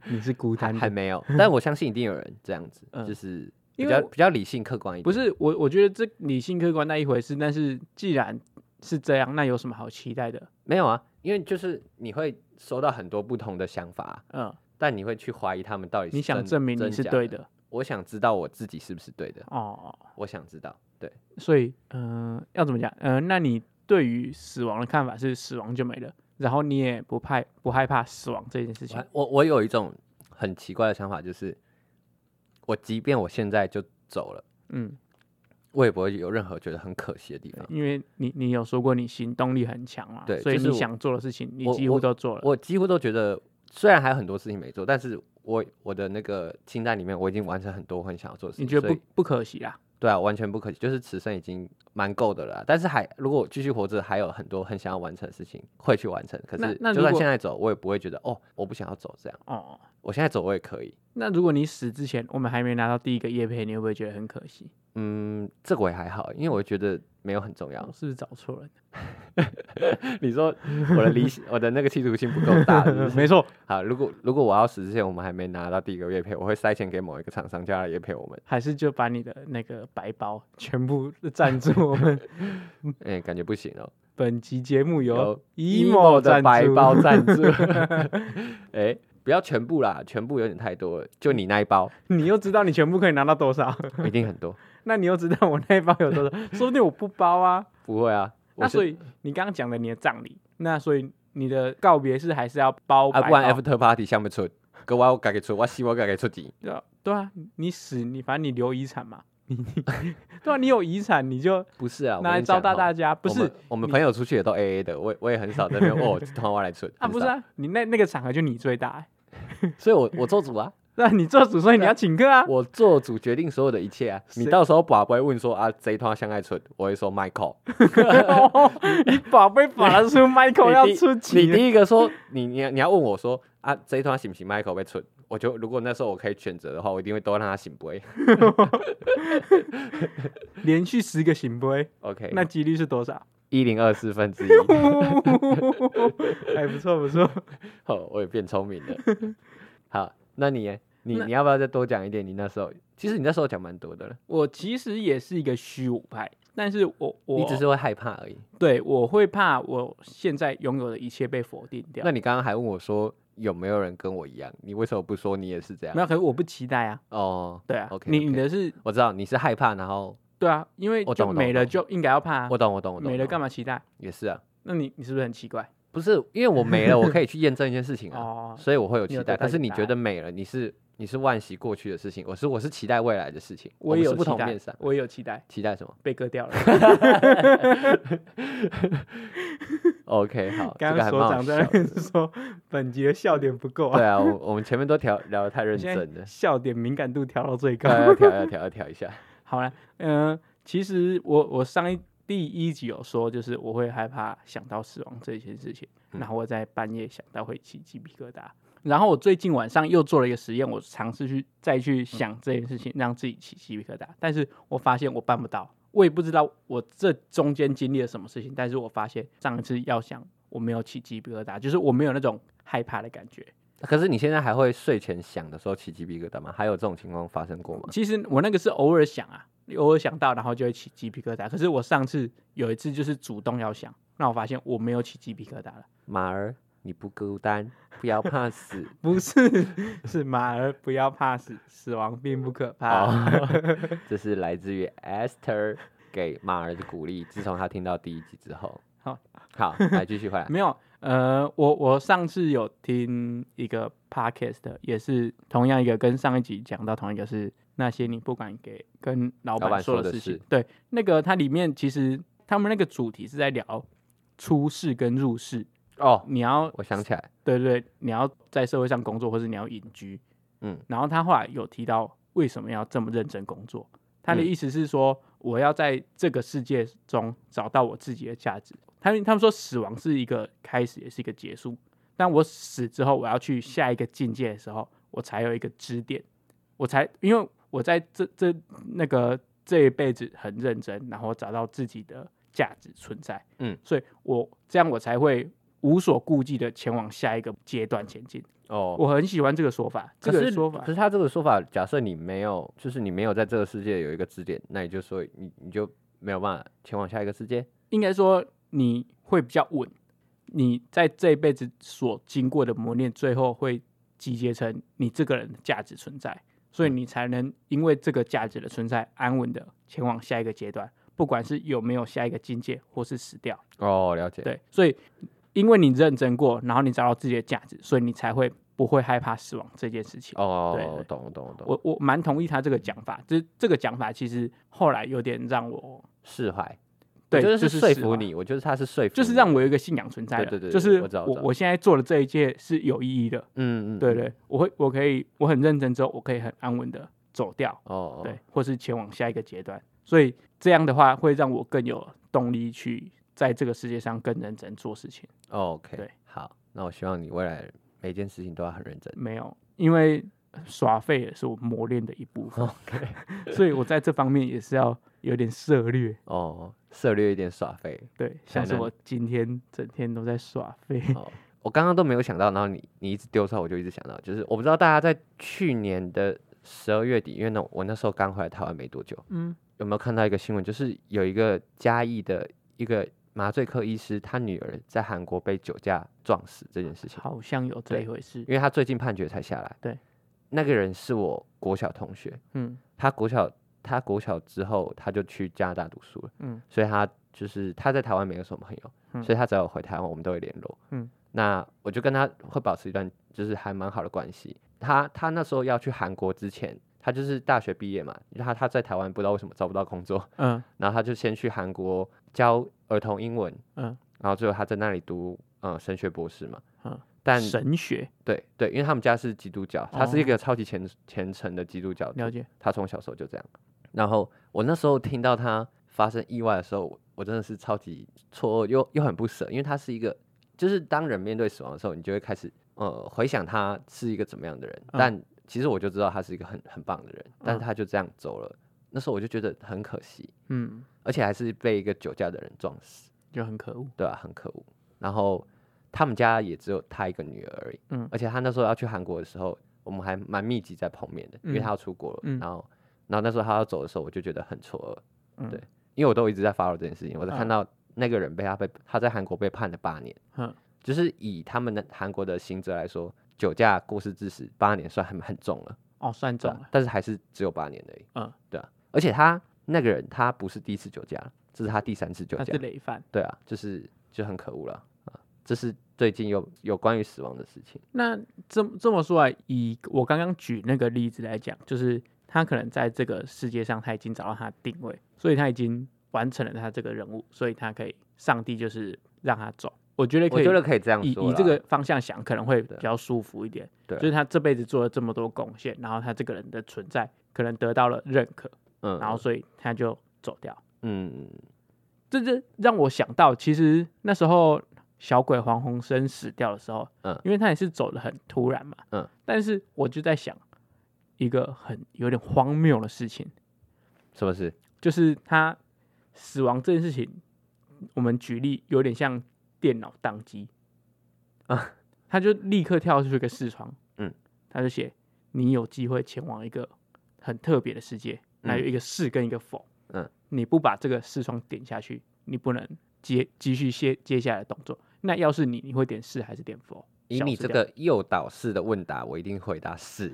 Speaker 1: 你是孤
Speaker 2: 还
Speaker 1: 单
Speaker 2: 还
Speaker 1: 的，
Speaker 2: 没有，但我相信一定有人这样子，
Speaker 1: 嗯
Speaker 2: 就是比
Speaker 1: 因
Speaker 2: 较
Speaker 1: 为
Speaker 2: 比较理性客观一点。
Speaker 1: 不是我，我觉得这理性客观那一回事，但是既然是这样，那有什么好期待的？
Speaker 2: 没有啊，因为就是你会收到很多不同的想法，
Speaker 1: 嗯，
Speaker 2: 但你会去怀疑他们到底是
Speaker 1: 你想
Speaker 2: 真
Speaker 1: 证明你
Speaker 2: 真
Speaker 1: 是
Speaker 2: 假
Speaker 1: 对
Speaker 2: 的。
Speaker 1: 的
Speaker 2: 我想知道我自己是不是对的，
Speaker 1: 哦，
Speaker 2: 我想知道。对，
Speaker 1: 所以嗯、呃要怎么讲？嗯、那你对于死亡的看法是死亡就没了，然后你也不怕不害怕死亡这件事情
Speaker 2: 我。我我有一种很奇怪的想法，就是我即便我现在就走了，
Speaker 1: 嗯，
Speaker 2: 我也不会有任何觉得很可惜的地
Speaker 1: 对
Speaker 2: 方。
Speaker 1: 因为你你有说过你行动力很强嘛，
Speaker 2: 对
Speaker 1: 所以
Speaker 2: 就是
Speaker 1: 你
Speaker 2: 我
Speaker 1: 想做的事情你
Speaker 2: 我
Speaker 1: 几乎都做了。
Speaker 2: 我几乎都觉得，虽然还有很多事情没做，但是我我的那个清单里面我已经完成很多我很想要做的事情。
Speaker 1: 你觉得
Speaker 2: 所以
Speaker 1: 不不可惜啊？
Speaker 2: 对啊，完全不可惜，就是此生已经蛮够的了啦。但是还如果我继续活着，还有很多很想要完成的事情会去完成。可
Speaker 1: 那
Speaker 2: 是
Speaker 1: 那
Speaker 2: 就
Speaker 1: 如
Speaker 2: 算
Speaker 1: 果
Speaker 2: 现在走，我也不会觉得哦，我不想要走这样。
Speaker 1: 哦，
Speaker 2: 我现在走我也可以。
Speaker 1: 那如果你死之前我们还没拿到第一个叶配，你会不会觉得很可惜？
Speaker 2: 嗯，这个我也还好，因为我觉得没有很重要
Speaker 1: 我。哦是不是找错人？
Speaker 2: 你说我的理想，我的那个企图心不够大，是不
Speaker 1: [laughs]
Speaker 2: 是？
Speaker 1: 没错，
Speaker 2: 好，如果如果我要死之前，我们还没拿到第一个月配，我会塞钱给某一个厂商，叫他也配我们。
Speaker 1: 还是就把你的那个白包全部赞助我们
Speaker 2: [laughs] 哎、感觉不行哦。
Speaker 1: 本集节目由
Speaker 2: 有
Speaker 1: 嗯 emo
Speaker 2: 的
Speaker 1: 赞
Speaker 2: 白
Speaker 1: 助
Speaker 2: 包赞助。
Speaker 1: [laughs]
Speaker 2: [laughs] 哎、不要全部啦，全部有点太多了。就你那一包，
Speaker 1: 你又知道你全部可以拿到多少， [laughs]
Speaker 2: 一定很多。
Speaker 1: 那你又知道我那一包有多少，说不定我不包啊。
Speaker 2: 不会啊，我
Speaker 1: 那
Speaker 2: 是
Speaker 1: 所以你刚刚讲的你的葬礼，那所以你的告别式还是要包
Speaker 2: 啊，
Speaker 1: 白
Speaker 2: 不
Speaker 1: 包
Speaker 2: 然 after party 想不出，各位我家己出，我希望家己出钱。
Speaker 1: 对啊，对啊，你死你反正你留遗产嘛， [laughs] 你你对啊，你有遗产你就
Speaker 2: 不是啊，我
Speaker 1: 拿
Speaker 2: 跟
Speaker 1: 来
Speaker 2: 你
Speaker 1: 招
Speaker 2: 讲
Speaker 1: 待
Speaker 2: 吼
Speaker 1: 大，家，不
Speaker 2: 我
Speaker 1: 是
Speaker 2: 们我们朋友出去也都 A A 的，我也我也很少
Speaker 1: [laughs]
Speaker 2: 在那边哦，这团我来出
Speaker 1: 啊，不是，啊，你那那个场合就你最大、 [laughs] 欸，
Speaker 2: 很少所以我我做主啊，
Speaker 1: 那你做主，所以你要请客 [laughs] 啊，
Speaker 2: 我做主决定所有的一切啊。
Speaker 1: [laughs]
Speaker 2: 你
Speaker 1: 谁
Speaker 2: 到时候爸不会问说啊，这一团相爱出，我会说
Speaker 1: [laughs]
Speaker 2: Michael，
Speaker 1: 你宝贝法得出 Michael
Speaker 2: [laughs] 你
Speaker 1: 要
Speaker 2: 第
Speaker 1: 出
Speaker 2: 你
Speaker 1: 奇，
Speaker 2: 第一个说你你要你要问我说啊，这一团行不行？Michael 被出，我就如果那时候我可以选择的话，我一定会都让他行
Speaker 1: [laughs]
Speaker 2: 不会。
Speaker 1: 连续十个醒杯，
Speaker 2: OK，
Speaker 1: 那几率是多少？ [laughs]
Speaker 2: 一零二四分之一，
Speaker 1: 还哎不错不错，
Speaker 2: 哦，我也变
Speaker 1: [laughs]
Speaker 2: 聪明了。好，那你耶你
Speaker 1: 那
Speaker 2: 你要不要再多讲一点？你那时候其实你那时候讲蛮多的了，
Speaker 1: 我其实也是一个虚无派，但是我我
Speaker 2: 你只是会害怕而已。
Speaker 1: 对我会怕我现在拥有的一切被否定掉
Speaker 2: 那，你刚刚还问我说有没有人跟我一样？你为什么不说你也是这样
Speaker 1: 没？有，可是我不期待啊。
Speaker 2: 哦，
Speaker 1: 对啊
Speaker 2: OK，
Speaker 1: 你你
Speaker 2: OK
Speaker 1: 的是
Speaker 2: 我知道你是害怕，然后
Speaker 1: 对啊，因为
Speaker 2: 我懂
Speaker 1: 就
Speaker 2: 我懂
Speaker 1: 没
Speaker 2: 我
Speaker 1: 了
Speaker 2: 懂
Speaker 1: 就应该要怕、啊，
Speaker 2: 我懂我懂我懂，
Speaker 1: 没了干
Speaker 2: 嘛？
Speaker 1: 嘛期待？
Speaker 2: 也是啊，
Speaker 1: 那你你是不是很奇怪？
Speaker 2: 不是因为我没
Speaker 1: [laughs]
Speaker 2: 了，我可以去验证一件事情啊，
Speaker 1: 哦，
Speaker 2: 所以我会有
Speaker 1: 你
Speaker 2: 期
Speaker 1: 有
Speaker 2: 待。
Speaker 1: 得到
Speaker 2: 但是你
Speaker 1: 答
Speaker 2: 觉
Speaker 1: 案
Speaker 2: 得没了，你是你是惋惜过去的事情，我是我是期待未来的事情，
Speaker 1: 我
Speaker 2: 们
Speaker 1: 也
Speaker 2: 是
Speaker 1: 有
Speaker 2: 不
Speaker 1: 期
Speaker 2: 同
Speaker 1: 待
Speaker 2: 面上，
Speaker 1: 我也有期待，
Speaker 2: 期待什么
Speaker 1: 被割掉
Speaker 2: [laughs]
Speaker 1: 了。
Speaker 2: ？OK，好，这
Speaker 1: 刚
Speaker 2: 个
Speaker 1: 刚
Speaker 2: 还
Speaker 1: 所
Speaker 2: 蛮好
Speaker 1: 长在
Speaker 2: 笑
Speaker 1: 那 [laughs]
Speaker 2: 的
Speaker 1: 边说本集的笑点不够啊，
Speaker 2: 对啊，我我们前面都调聊得太认
Speaker 1: 现
Speaker 2: 真了
Speaker 1: [laughs] 在，笑点敏感度调到最高。
Speaker 2: 要要调要调要调一下。
Speaker 1: 好了，嗯、其实我我上一第一集有说，就是我会害怕想到死亡这件事情，
Speaker 2: 嗯
Speaker 1: 然后我在半夜想到会起鸡皮疙瘩。然后我最近晚上又做了一个实验，我尝试去再去想这件事情，让自己起鸡皮疙瘩，但是我发现我办不到。我也不知道我这中间经历了什么事情，但是我发现上一次要想我没有起鸡皮疙瘩，就是我没有那种害怕的感觉。
Speaker 2: 可是你现在还会睡前想的时候起鸡皮疙瘩吗？还有这种情况发生过吗？
Speaker 1: 其实我那个是偶尔想啊，你偶尔想到，然后就会起鸡皮疙瘩。可是我上次有一次就是主动要想，那我发现我没有起鸡皮疙瘩了。
Speaker 2: 马儿，你不孤单，不要怕死。
Speaker 1: 不是， [laughs] 是马儿不要怕死，死亡并不可怕。
Speaker 2: 哦，这是来自于 Esther 给马儿的鼓励。自从他听到第一集之后，
Speaker 1: 好，
Speaker 2: 好，来继续回
Speaker 1: [laughs]
Speaker 2: 来。
Speaker 1: 没有，呃，我我上次有听一个 podcast，也是同样一个跟上一集讲到同一个是那些你不敢给跟老
Speaker 2: 老板
Speaker 1: 板
Speaker 2: 说
Speaker 1: 的
Speaker 2: 的
Speaker 1: 事情
Speaker 2: 事。
Speaker 1: 对，那个它里面其实他们那个主题是在聊出世跟入世，
Speaker 2: 哦，
Speaker 1: 你要
Speaker 2: 我想起来，
Speaker 1: 对对，你要在社会上工作，或是你要隐居。
Speaker 2: 嗯，
Speaker 1: 然后他后来有提到为什么要这么认真工作，他的
Speaker 2: 嗯
Speaker 1: 意思是说，我要在这个世界中找到我自己的价值。他们他们说死亡是一个开始，也是一个结束。但我死之后，我要去下一个境界的时候，我才有一个支点，我才因为我在这这那个这一辈子很认真，然后找到自己的价值存在。
Speaker 2: 嗯，
Speaker 1: 所以我这样我才会无所顾忌的前往下一个阶段前进。
Speaker 2: 哦，
Speaker 1: 我很喜欢这个说法，这
Speaker 2: 可
Speaker 1: 个
Speaker 2: 是
Speaker 1: 说法
Speaker 2: 可是他这个说法，假设你没有，就是你没有在这个世界有一个支点，那你就说你你就没有办法前往下一个世界。
Speaker 1: 应该说你会比较稳，你在这一辈子所经过的磨练，最后会集结成你这个人的价值存在，所
Speaker 2: 嗯
Speaker 1: 以你才能因为这个价值的存在，安稳的前往下一个阶段，不管是有没有下一个境界，或是死掉。
Speaker 2: 哦，了解。
Speaker 1: 对，所以因为你认真过，然后你找到自己的价值，所以你才会不会害怕死亡这件事情。对
Speaker 2: 哦
Speaker 1: 对，
Speaker 2: 懂了懂了懂了，
Speaker 1: 我我蛮同意他这个讲法，这这个讲法其实后来有点让我
Speaker 2: 释怀。
Speaker 1: 对，
Speaker 2: 我觉得
Speaker 1: 就是
Speaker 2: 说
Speaker 1: 释
Speaker 2: 服
Speaker 1: 怀
Speaker 2: 你，我觉得他是说服，
Speaker 1: 就是让，我有一个信仰存在的，
Speaker 2: 对对对
Speaker 1: 就
Speaker 2: 对
Speaker 1: 是
Speaker 2: 我知道我
Speaker 1: 我
Speaker 2: 知道
Speaker 1: 我现在做的这一切是有意义的，
Speaker 2: 嗯嗯，
Speaker 1: 对
Speaker 2: 嗯，
Speaker 1: 对，我会我可以我很认真之后，我可以很安稳的走掉，
Speaker 2: 哦，
Speaker 1: 对，或是前往下一个阶段，所以这样的话会让我更有动力去在这个世界上更认真做事情。
Speaker 2: 哦，OK，
Speaker 1: 对
Speaker 2: 好，那我希望你未来每件事情都要很认真。
Speaker 1: 没有，因为耍废也是我磨练的一部分，
Speaker 2: [laughs] OK，
Speaker 1: [laughs] 所以我在这方面也是要有点涉略。
Speaker 2: 哦，涉略一点耍废。
Speaker 1: 对，像
Speaker 2: 想
Speaker 1: 是
Speaker 2: 让
Speaker 1: 我今天整天都在耍废， [laughs]
Speaker 2: 哦，我刚刚都没有想到，然后你你一直丢出来，我就一直想到，就是我不知道大家在去年的十二月底，因为那我那时候刚回来台湾没多久，
Speaker 1: 嗯，
Speaker 2: 有没有看到一个新闻，就是有一个嘉义的一个麻醉科医师，他女儿在韩国被酒驾撞死这件事情，
Speaker 1: 好像有这
Speaker 2: 对
Speaker 1: 一回事，
Speaker 2: 因为他最近判决才下来。
Speaker 1: 对，
Speaker 2: 那个人是我国小同学，
Speaker 1: 嗯
Speaker 2: 他国小他国小之后他就去加拿大读书了。
Speaker 1: 嗯
Speaker 2: 所以他就是他在台湾没有什么朋友，
Speaker 1: 嗯
Speaker 2: 所以他只要有回台湾，我们都会联络。
Speaker 1: 嗯，
Speaker 2: 那我就跟他会保持一段就是还蛮好的关系。他他那时候要去韩国之前，他就是大学毕业嘛，他他在台湾不知道为什么找不到工作，
Speaker 1: 嗯
Speaker 2: 然后他就先去韩国教儿童英文，
Speaker 1: 嗯，
Speaker 2: 然后最后他在那里读呃神学博士嘛，
Speaker 1: 嗯，
Speaker 2: 但
Speaker 1: 神学
Speaker 2: 对对，因为他们家是基督教，他是一
Speaker 1: 哦
Speaker 2: 个超级虔虔诚的基督教徒
Speaker 1: 了解，
Speaker 2: 他从小时候就这样。然后我那时候听到他发生意外的时候，我我真的是超级错愕，又又很不舍，因为他是一个，就是当人面对死亡的时候，你就会开始呃回想他是一个怎么样的人。
Speaker 1: 嗯
Speaker 2: 但其实我就知道他是一个很很棒的人，但是
Speaker 1: 嗯
Speaker 2: 他就这样走了。那时候我就觉得很可惜，
Speaker 1: 嗯，
Speaker 2: 而且还是被一个酒驾的人撞死，
Speaker 1: 就很可恶，
Speaker 2: 对啊，很可恶。然后他们家也只有他一个女儿而已，
Speaker 1: 嗯
Speaker 2: 而且他那时候要去韩国的时候，我们还蛮密集在碰面的，因为
Speaker 1: 嗯
Speaker 2: 他要出国了，
Speaker 1: 嗯
Speaker 2: 然后然后那时候他要走的时候，我就觉得很错愕，
Speaker 1: 嗯
Speaker 2: 对，因为我都一直在 follow 这件事情，我在
Speaker 1: 嗯
Speaker 2: 看到那个人被他被他在韩国被判了八年，
Speaker 1: 嗯
Speaker 2: 就是以他们的韩国的刑责来说，酒驾过失致死八年算很很重了，
Speaker 1: 哦，算
Speaker 2: 对
Speaker 1: 中
Speaker 2: 啊
Speaker 1: 了，
Speaker 2: 但是还是只有八年而已，
Speaker 1: 嗯，
Speaker 2: 对啊，而且他那个人他不是第一次酒驾，这是他第三次酒
Speaker 1: 他
Speaker 2: 驾
Speaker 1: 是，累犯。
Speaker 2: 对啊，就是就很可恶了啊！这是最近有有关于死亡的事情。
Speaker 1: 那这么这么说来，以我刚刚举那个例子来讲，就是他可能在这个世界上他已经找到他的定位，所以他已经完成了他这个任务，所以他可以，上帝就是让他走。我觉得可
Speaker 2: 我
Speaker 1: 以，
Speaker 2: 觉得可以这样
Speaker 1: 以
Speaker 2: 说
Speaker 1: 以
Speaker 2: 啦
Speaker 1: 这个方向想，可能会比
Speaker 2: 对
Speaker 1: 较舒服一点。
Speaker 2: 对
Speaker 1: 就是他这辈子做了这么多贡献，然后他这个人的存在可能得到了认可，
Speaker 2: 嗯，
Speaker 1: 然后所以他就走掉。
Speaker 2: 嗯，
Speaker 1: 这就让我想到，其实那时候小鬼黄鸿升死掉的时候，
Speaker 2: 嗯
Speaker 1: 因为他也是走的很突然嘛，
Speaker 2: 嗯，
Speaker 1: 但是我就在想一个很有点荒谬的事情，
Speaker 2: 什么事？
Speaker 1: 就是他死亡这件事情，我们举例有点像电脑宕机
Speaker 2: 啊，
Speaker 1: 他就立刻跳出一个视窗，
Speaker 2: 嗯，
Speaker 1: 他就写你有机会前往一个很特别的世界，那有一个是跟一个否，
Speaker 2: 嗯，
Speaker 1: 你不把这个视窗点下去，你不能接继续接接下来的动作。那要是你，你会点是还是点
Speaker 2: [laughs]
Speaker 1: 否？
Speaker 2: 以
Speaker 1: 小
Speaker 2: 你
Speaker 1: 吃
Speaker 2: 这
Speaker 1: 掉
Speaker 2: 个诱导式的问答，我一定回
Speaker 1: [laughs]
Speaker 2: 答是。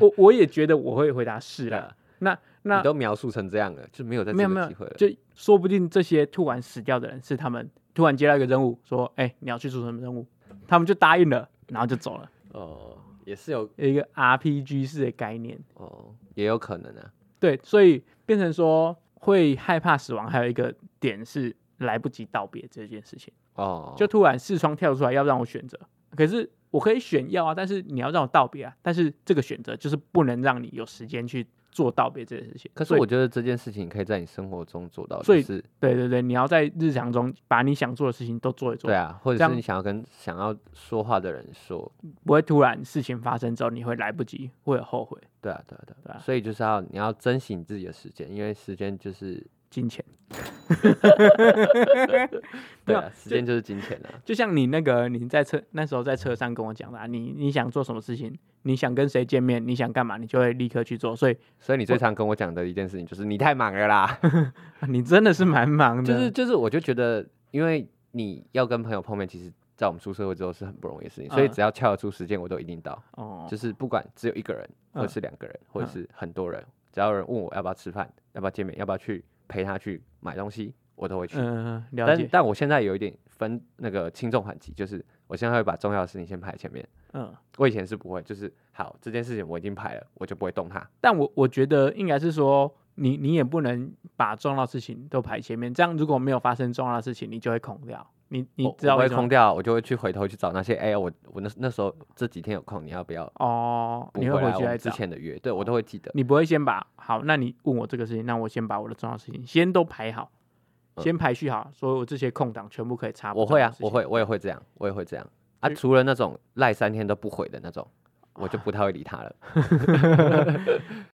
Speaker 1: 我我也觉得我会回答是啦。
Speaker 2: 对啊
Speaker 1: 那 [laughs] 那
Speaker 2: 你都描述成这样了，就没有在
Speaker 1: 没
Speaker 2: 这
Speaker 1: 有没
Speaker 2: 个
Speaker 1: 有
Speaker 2: 机会了。，
Speaker 1: 就说不定这些突然死掉的人是他们突然接到一个任务，说：“哎、你要去做什么任务？”他们就答应了，然后就走了，
Speaker 2: 哦，也是有
Speaker 1: 有一个 RPG 式的概念。
Speaker 2: 哦，也有可能啊。
Speaker 1: 对，所以变成说会害怕死亡，还有一个点是来不及道别这件事情。
Speaker 2: 哦，
Speaker 1: 就突然视窗跳出来要让我选择，可是我可以选要啊，但是你要让我道别啊，但是这个选择就是不能让你有时间去做道别这件事情。
Speaker 2: 可是
Speaker 1: 所以
Speaker 2: 我觉得这件事情可以在你生活中做到，
Speaker 1: 所
Speaker 2: 就
Speaker 1: 以
Speaker 2: 是
Speaker 1: 对对对，你要在日常中把你想做的事情都做一做，
Speaker 2: 对啊，或
Speaker 1: 这
Speaker 2: 者是
Speaker 1: 样
Speaker 2: 你想要跟想要说话的人说，
Speaker 1: 不会突然事情发生之后你会来不及，会有后悔。
Speaker 2: 对啊，对啊，对
Speaker 1: 对
Speaker 2: 啊。
Speaker 1: 啊
Speaker 2: 所以就是要你要珍惜你自己的时间，因为时间就是
Speaker 1: 金钱
Speaker 2: 对
Speaker 1: 没
Speaker 2: 啊，时间就是金钱啊。
Speaker 1: 就像你那个你在车那时候在车上跟我讲的、啊，你你想做什么事情，你想跟谁见面，你想干嘛，你就会立刻去做。所以、
Speaker 2: 所以你最常跟我讲的一件事情就是你太忙
Speaker 1: [laughs]
Speaker 2: 了啦，
Speaker 1: 啊你真的是蛮忙的，
Speaker 2: 就是就是，我就觉得，因为你要跟朋友碰面，其实在我们出社会之后是很不容易的事情，所以
Speaker 1: 嗯
Speaker 2: 只要翘得出时间，我都一定到。
Speaker 1: 哦，
Speaker 2: 就是不管只有一个人，或者
Speaker 1: 嗯
Speaker 2: 是两个人，或者
Speaker 1: 嗯
Speaker 2: 是很多人，只要有人问我要不要吃饭，要不要见面，要不要去陪他去买东西，我都会去。
Speaker 1: 嗯、呃，了
Speaker 2: 但
Speaker 1: 解，
Speaker 2: 但我现在有一点分那个轻重缓急，就是我现在会把重要的事情先排前面。
Speaker 1: 嗯、
Speaker 2: 我以前是不会，就是好这件事情我已经排了，我就不会动它。
Speaker 1: 但我我觉得应该是说，你你也不能把重要的事情都排前面，这样如果没有发生重要的事情，你就会空掉。你你
Speaker 2: 我
Speaker 1: 知道
Speaker 2: 我
Speaker 1: 为
Speaker 2: 会
Speaker 1: 什么
Speaker 2: 空掉，我就会去回头去找那些哎、我我那那时候这几天有空，你要不要
Speaker 1: 哦，
Speaker 2: 补
Speaker 1: 你会
Speaker 2: 来
Speaker 1: 回
Speaker 2: 我
Speaker 1: 去来
Speaker 2: 们之
Speaker 1: 找，哦
Speaker 2: 前的约？对我都会记得。
Speaker 1: 你不会先把好，那你问我这个事情，那我先把我的重要事情先都排好，
Speaker 2: 嗯
Speaker 1: 先排序好，所以我这些空档全部可以插。
Speaker 2: 我会啊，我。会，我也会这样，我也会这样啊。
Speaker 1: 所以
Speaker 2: 除了那种赖三天都不回的那种，我就不太会理他了。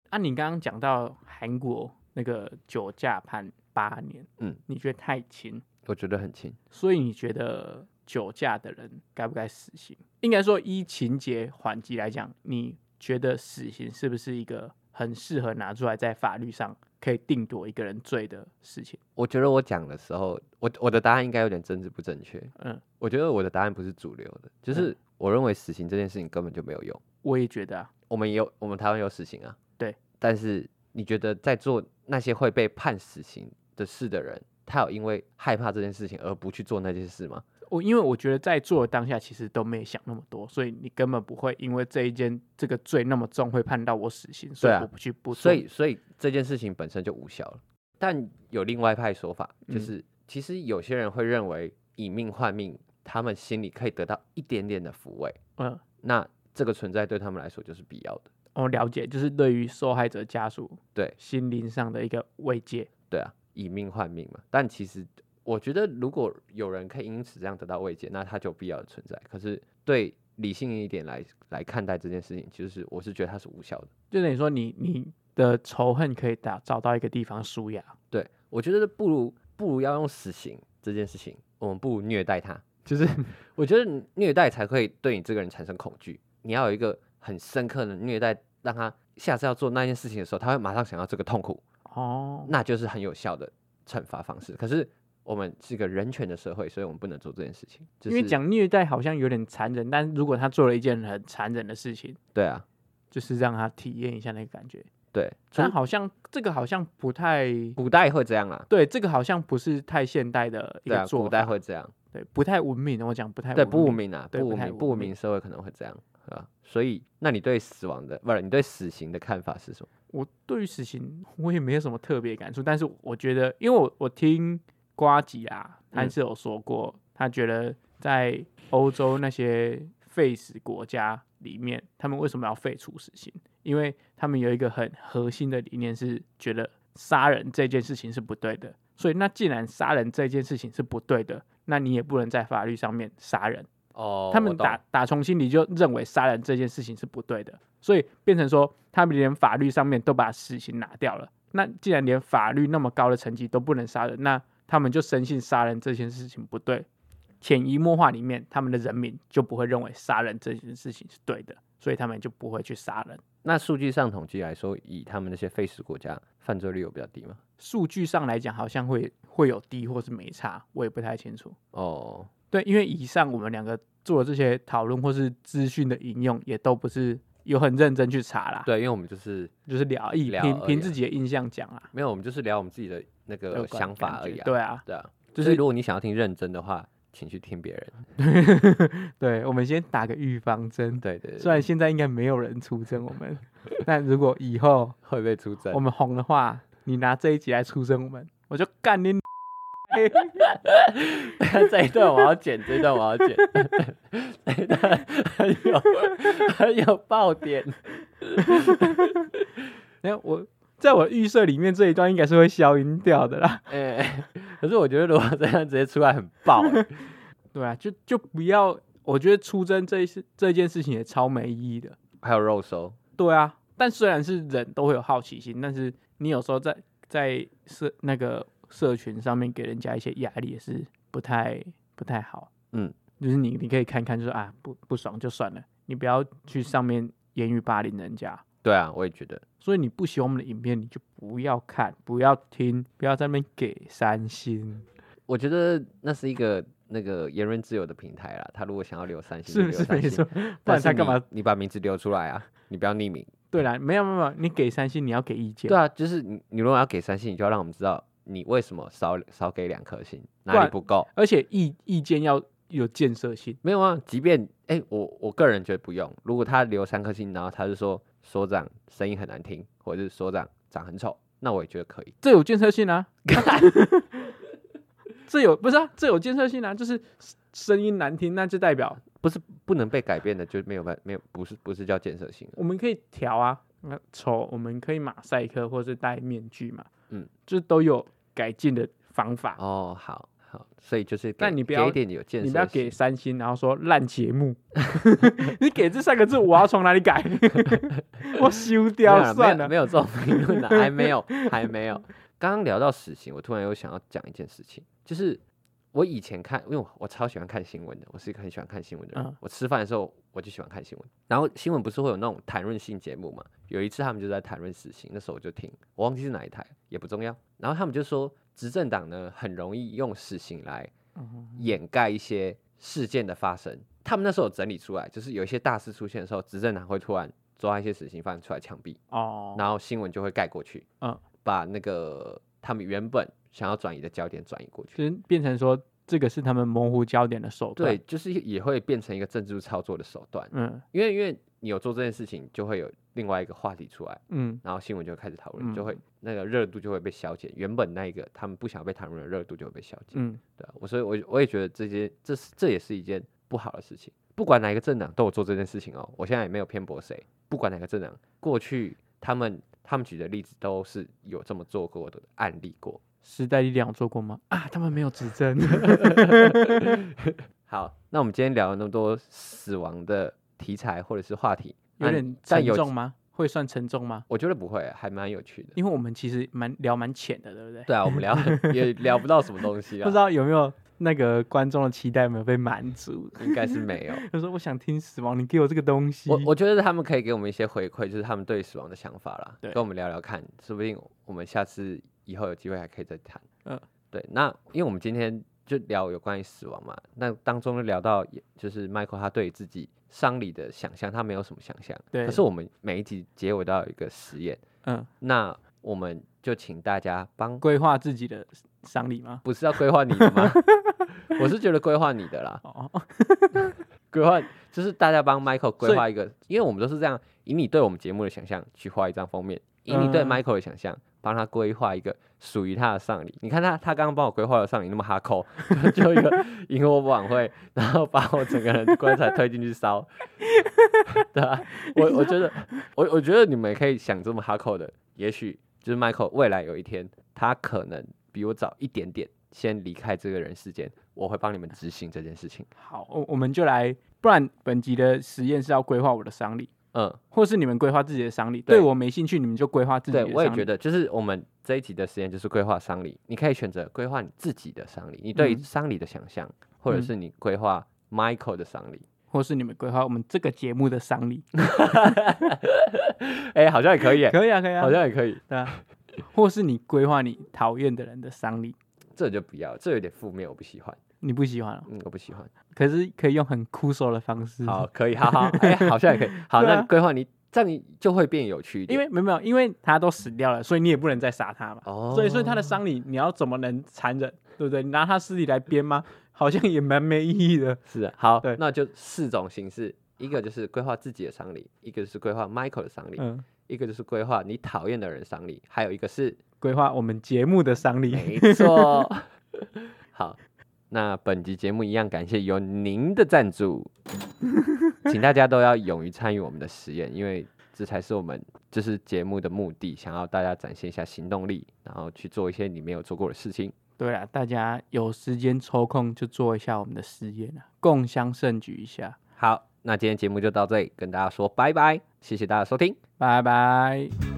Speaker 1: 啊，你刚刚讲到韩国那个酒驾判八年，
Speaker 2: 嗯，
Speaker 1: 你觉得太轻，
Speaker 2: 我觉得很轻，
Speaker 1: 所以你觉得酒驾的人该不该死刑？应该说，依情节缓急来讲，你觉得死刑是不是一个很适合拿出来在法律上可以定夺一个人罪的事情？
Speaker 2: 我觉得我讲的时候，我我的答案应该有点政治不正确。
Speaker 1: 嗯，
Speaker 2: 我觉得我的答案不是主流的，就是我认为死刑这件事情根本就没有用。
Speaker 1: 我也觉得啊，
Speaker 2: 我们也有，我们台湾有死刑啊，
Speaker 1: 对。
Speaker 2: 但是你觉得在做那些会被判死刑的事的人，他有因为害怕这件事情而不去做那件事吗？
Speaker 1: 我因为我觉得在做的当下其实都没想那么多，所以你根本不会因为这一件这个罪那么重会判到我死刑，所以
Speaker 2: 对啊
Speaker 1: 我不去不做
Speaker 2: 所以所以这件事情本身就无效了。但有另外一派说法，就
Speaker 1: 嗯
Speaker 2: 是、其实有些人会认为以命换命，他们心里可以得到一点点的抚慰，
Speaker 1: 嗯。
Speaker 2: 那这个存在对他们来说就是必要的。
Speaker 1: 我了解，就是对于受害者家属
Speaker 2: 对
Speaker 1: 心灵上的一个慰藉。
Speaker 2: 对啊，以命换命嘛。但其实我觉得，如果有人可以因此这样得到慰藉，那他就有必要的存在。可是对理性一点来来看待这件事情，就是我是觉得它是无效的。
Speaker 1: 就等于说你，你的仇恨可以打找到一个地方舒压。
Speaker 2: 对我觉得不如不如要用死刑这件事情，我们不如虐待他。就是 [laughs] 我觉得虐待才会对你这个人产生恐惧，你要有一个很深刻的虐待，让他下次要做那件事情的时候，他会马上想要这个痛苦，
Speaker 1: 哦，
Speaker 2: 那就是很有效的惩罚方式。可是我们是个人权的社会，所以我们不能做这件事情。就
Speaker 1: 因为
Speaker 2: 是
Speaker 1: 讲虐待好像有点残忍，但如果他做了一件很残忍的事情，
Speaker 2: 对啊，
Speaker 1: 就是让他体验一下那个感觉。
Speaker 2: 对，
Speaker 1: 但
Speaker 2: 从
Speaker 1: 好像这个好像不太
Speaker 2: 古代会这样啦，
Speaker 1: 对，这个好像不是太现代的一
Speaker 2: 对
Speaker 1: 个
Speaker 2: 啊，
Speaker 1: 做
Speaker 2: 古
Speaker 1: 法，
Speaker 2: 代会这样。
Speaker 1: 对不太文明。我讲不太
Speaker 2: 对
Speaker 1: 文
Speaker 2: 不
Speaker 1: 明
Speaker 2: 文明啊，
Speaker 1: 对
Speaker 2: 不
Speaker 1: 不
Speaker 2: 文
Speaker 1: 太
Speaker 2: 明
Speaker 1: 文
Speaker 2: 不文
Speaker 1: 明
Speaker 2: 明社会可能会这样啊。所以，那你对死亡的不是你对死刑的看法是什么？
Speaker 1: 我对于死刑我也没有什么特别感触，但是我觉得，因为我我听瓜吉啊，他
Speaker 2: 嗯
Speaker 1: 是有说过，他觉得在欧洲那些废死国家里面，他们为什么要废除死刑？因为他们有一个很核心的理念是觉得杀人这件事情是不对的，所以那既然杀人这件事情是不对的，那你也不能在法律上面杀人。
Speaker 2: 哦
Speaker 1: 他们打打从心里就认为杀人这件事情是不对的，所以变成说他们连法律上面都把死刑拿掉了。那既然连法律那么高的层级都不能杀人，那他们就深信杀人这件事情不对，潜移默化里面，他们的人民就不会认为杀人这件事情是对的，所以他们就不会去杀人。
Speaker 2: 那数据上统计来说，以他们那些废死国家，犯罪率有比较低吗？
Speaker 1: 数据上来讲，好像会会有低或是没差，我也不太清楚。
Speaker 2: 哦，
Speaker 1: 对，因为以上我们两个做的这些讨论或是资讯的引用，也都不是有很认真去查啦。
Speaker 2: 对，因为我们就是
Speaker 1: 就是聊一
Speaker 2: 聊
Speaker 1: 凭
Speaker 2: 而已
Speaker 1: 凭
Speaker 2: 啊
Speaker 1: 自己的印象讲啦，
Speaker 2: 没有，我们就是聊我们自己的那
Speaker 1: 有
Speaker 2: 个
Speaker 1: 关
Speaker 2: 想法
Speaker 1: 感
Speaker 2: 而
Speaker 1: 觉
Speaker 2: 已啊。
Speaker 1: 对啊，
Speaker 2: 对啊，
Speaker 1: 就
Speaker 2: 所
Speaker 1: 是
Speaker 2: 以如果你想要听认真的话，请去听别人。
Speaker 1: [laughs] 对，我们先打个预防针。
Speaker 2: 对对
Speaker 1: 虽
Speaker 2: 对，
Speaker 1: 然现在应该没有人出征我
Speaker 2: [laughs]
Speaker 1: 们，但如果以后
Speaker 2: 会被出征
Speaker 1: 我。们红的话，你拿这一集来出征我们，我就干你
Speaker 2: [laughs] 这一段我要剪，这一段我要剪，这一段很有很有爆点。
Speaker 1: 没有！哎我在我预设里面这一段应该是会消音掉的啦。 [laughs]
Speaker 2: 哎、可是我觉得如果这样直接出来很爆、欸， [laughs]
Speaker 1: 对啊，就就不要，我觉得出征这一事这件事情也超没意义的。
Speaker 2: 还有肉收，
Speaker 1: 对啊，但虽然是人都会有好奇心，但是你有时候在在社那个社群上面给人家一些压力，也是不太不太好。
Speaker 2: 嗯，
Speaker 1: 就是你你可以看看，就是啊不不爽就算了，你不要去上面言语霸凌人家。
Speaker 2: 对啊，我也觉得，
Speaker 1: 所以你不喜欢我们的影片，你就不要看，不要听，不要在那边给三星，
Speaker 2: 我觉得那是一个那个言论自由的平台啦。他如果想要留三星，
Speaker 1: 是不是
Speaker 2: 就留
Speaker 1: 没
Speaker 2: 三星 [laughs]
Speaker 1: 错？？不
Speaker 2: 但
Speaker 1: 然
Speaker 2: 是
Speaker 1: 他干嘛？
Speaker 2: 你？你把名字留出来啊，你不要匿名。
Speaker 1: 对啦，没有没有没有，你给三星，你要给意见。
Speaker 2: 对啊，就是你你如果要给三星，你就要让我们知道你为什么少少给两颗星，哪里
Speaker 1: 然
Speaker 2: 不够。
Speaker 1: 而且意意见要有建设性。
Speaker 2: 没有啊，即便哎、我我个人觉得不用。如果他留三颗星，然后他就说所长声音很难听，或者是所长长很丑，那我也觉得可以。
Speaker 1: 这有建设性
Speaker 2: [laughs]
Speaker 1: 啊！这有不是啊？这有建设性啊！就是声音难听，那就代表
Speaker 2: 不是不能被改变的，就没有办没有不是不是叫建设性了。
Speaker 1: 我们可以调啊。那丑，我们可以马赛克或是戴面具嘛。
Speaker 2: 嗯，
Speaker 1: 就是都有改进的方法。
Speaker 2: 哦，好好，所以就是给
Speaker 1: 但你不
Speaker 2: 给
Speaker 1: 要
Speaker 2: 一点有建
Speaker 1: 你
Speaker 2: 设性，
Speaker 1: 不要给三星，然后说烂节目。 [laughs] 你给这三个字，我要从哪里
Speaker 2: [laughs]
Speaker 1: 改？我修
Speaker 2: 没
Speaker 1: [laughs]
Speaker 2: 有
Speaker 1: 掉
Speaker 2: 啦
Speaker 1: 算
Speaker 2: 没有
Speaker 1: 了。
Speaker 2: 没有这种评论
Speaker 1: [laughs]
Speaker 2: 的，还没有，还没有。刚刚聊到死刑，我突然又想要讲一件事情，就是我以前看，因为我我超喜欢看新闻的，我是一个很喜欢看新闻的人。
Speaker 1: 嗯
Speaker 2: 我吃饭的时候我就喜欢看新闻，然后新闻不是会有那种谈论性节目嘛？有一次他们就在谈论死刑，那时候我就听，我忘记是哪一台，也不重要。然后他们就说，执政党呢很容易用死刑来
Speaker 1: 嗯
Speaker 2: 掩盖一些事件的发生。他们那时候有整理出来，就是有一些大事出现的时候，执政党会突然抓一些死刑犯出来枪毙。
Speaker 1: 哦，
Speaker 2: 然后新闻就会盖过去，
Speaker 1: 嗯
Speaker 2: 把那个他们原本想要转移的焦点转移过去。
Speaker 1: 就是变成说这个是他们模糊焦点的手段。
Speaker 2: 对，，就是也会变成一个政治操作的手段，
Speaker 1: 嗯
Speaker 2: 因为因为你有做这件事情，就会有另外一个话题出来，
Speaker 1: 嗯，
Speaker 2: 然后新闻就会开始讨
Speaker 1: 嗯
Speaker 2: 论，就会那个热度就会被消减，原本那一个他们不想被谈论的热度就会被消减。
Speaker 1: 嗯，
Speaker 2: 对啊，我所以我我也觉得这些这是这也是一件不好的事情，不管哪一个政党都有做这件事情哦，我现在也没有偏颇谁，不管哪个政党，过去他们他们举的例子都是有这么做过的案例过。
Speaker 1: 时代力量有做过吗？啊，他们没有指
Speaker 2: [laughs]
Speaker 1: 针。
Speaker 2: 好，那我们今天聊了那么多死亡的题材或者是话题，
Speaker 1: 有
Speaker 2: 那
Speaker 1: 点
Speaker 2: 但
Speaker 1: 沉
Speaker 2: 有
Speaker 1: 重吗？会算沉重吗？
Speaker 2: 我觉得不会，还蛮有趣的。
Speaker 1: 因为我们其实蛮聊蛮浅的，对不对？
Speaker 2: 对啊，我们聊 [laughs] 也聊不到什么东
Speaker 1: [laughs]
Speaker 2: 西
Speaker 1: 不知
Speaker 2: 啊，
Speaker 1: 道有没有那个观众的期待有没有被满足？
Speaker 2: 应该是没有。
Speaker 1: 他说我想听死亡，你给我这个东西。
Speaker 2: 我我觉得他们可以给我们一些回馈，就是他们对死亡的想法啦，
Speaker 1: 对
Speaker 2: 跟我们聊聊看，说不定我们下次以后有机会还可以再谈。
Speaker 1: 嗯，
Speaker 2: 对，那因为我们今天就聊有关于死亡嘛，那当中就聊到也就是 Michael 他对自己丧礼的想象，他没有什么想象，
Speaker 1: 对
Speaker 2: 可是我们每一集结尾都要有一个实验，
Speaker 1: 嗯，
Speaker 2: 那我们就请大家帮，
Speaker 1: 规划自己的丧礼吗？
Speaker 2: 不是要规划你的吗？ [laughs] 我是觉得规划你的啦，
Speaker 1: 哦， [laughs] 哦
Speaker 2: [laughs] 规划就是大家帮 Michael
Speaker 1: 所
Speaker 2: 规
Speaker 1: 以
Speaker 2: 划一个，因为我们都是这样，以你对我们节目的想象去画一张封面，以你对
Speaker 1: 嗯
Speaker 2: Michael 的想象，帮他规划一个属于他的丧礼。你看他，他刚刚帮我规划的丧礼那么哈扣，就就一
Speaker 1: [laughs]
Speaker 2: 个萤火晚会，然后把我整个人棺材推进去烧，
Speaker 1: [laughs]
Speaker 2: 对啊，我我觉得，我我觉得你们可以想这么哈扣的，也许就是 Michael 未来有一天，他可能比我早一点点先离开这个人世间，我会帮你们执行这件事情。
Speaker 1: 好，我我们就来，不然本集的实验是要规划我的丧礼，
Speaker 2: 嗯。
Speaker 1: 或是你们规划自己的丧礼。
Speaker 2: 对
Speaker 1: 对我没兴趣，你们就规划自己
Speaker 2: 对，
Speaker 1: 的丧礼。
Speaker 2: 我也觉得，就是我们这一集的实验就是规划丧礼，你可以选择规划你自己的丧礼，你对于
Speaker 1: 嗯
Speaker 2: 丧礼的想象，或者
Speaker 1: 嗯
Speaker 2: 是你规划 Michael 的丧礼。
Speaker 1: 或是你们规划我们这个节目的丧礼。
Speaker 2: 哎、好像也可以耶，
Speaker 1: 可以啊，可以啊
Speaker 2: 好，像也可以，
Speaker 1: 对啊。或是你规划你讨厌的人的丧礼，
Speaker 2: 这就不要，这有点负面，我不喜欢，
Speaker 1: 你不喜欢哦
Speaker 2: 嗯，我不喜欢。
Speaker 1: 可是可以用很酷手的方式。
Speaker 2: 好，可以，好好，哎、好像也
Speaker 1: [laughs]
Speaker 2: 可以。好，
Speaker 1: 嗯对啊
Speaker 2: 那规划你这样就会变有趣一点，
Speaker 1: 因为没有没有，因为他都死掉了，所以你也不能再杀他嘛。
Speaker 2: 哦，
Speaker 1: 所以所以他的丧礼你要怎么能残忍，对不对？你拿他尸体来编吗？ [laughs] 好像也蛮没意义的。
Speaker 2: 是啊好
Speaker 1: 对，
Speaker 2: 那就四种形式，一个就是规划自己的丧礼，一个就是规划 Michael 的丧礼，
Speaker 1: 嗯，
Speaker 2: 一个就是规划你讨厌的人丧礼，还有一个是
Speaker 1: 规划我们节目的丧 [laughs] 礼。
Speaker 2: 没错。好，那本集节目一样感谢有您的赞助，请大家都要勇于参与我们的实验，因为这才是我们就是节目的目的，想要大家展现一下行动力，然后去做一些你没有做过的事情。
Speaker 1: 对啊，大家有时间抽空就做一下我们的实验啊，共襄盛举一下。
Speaker 2: 好，那今天节目就到这里，跟大家说拜拜，谢谢大家收听。
Speaker 1: 拜拜。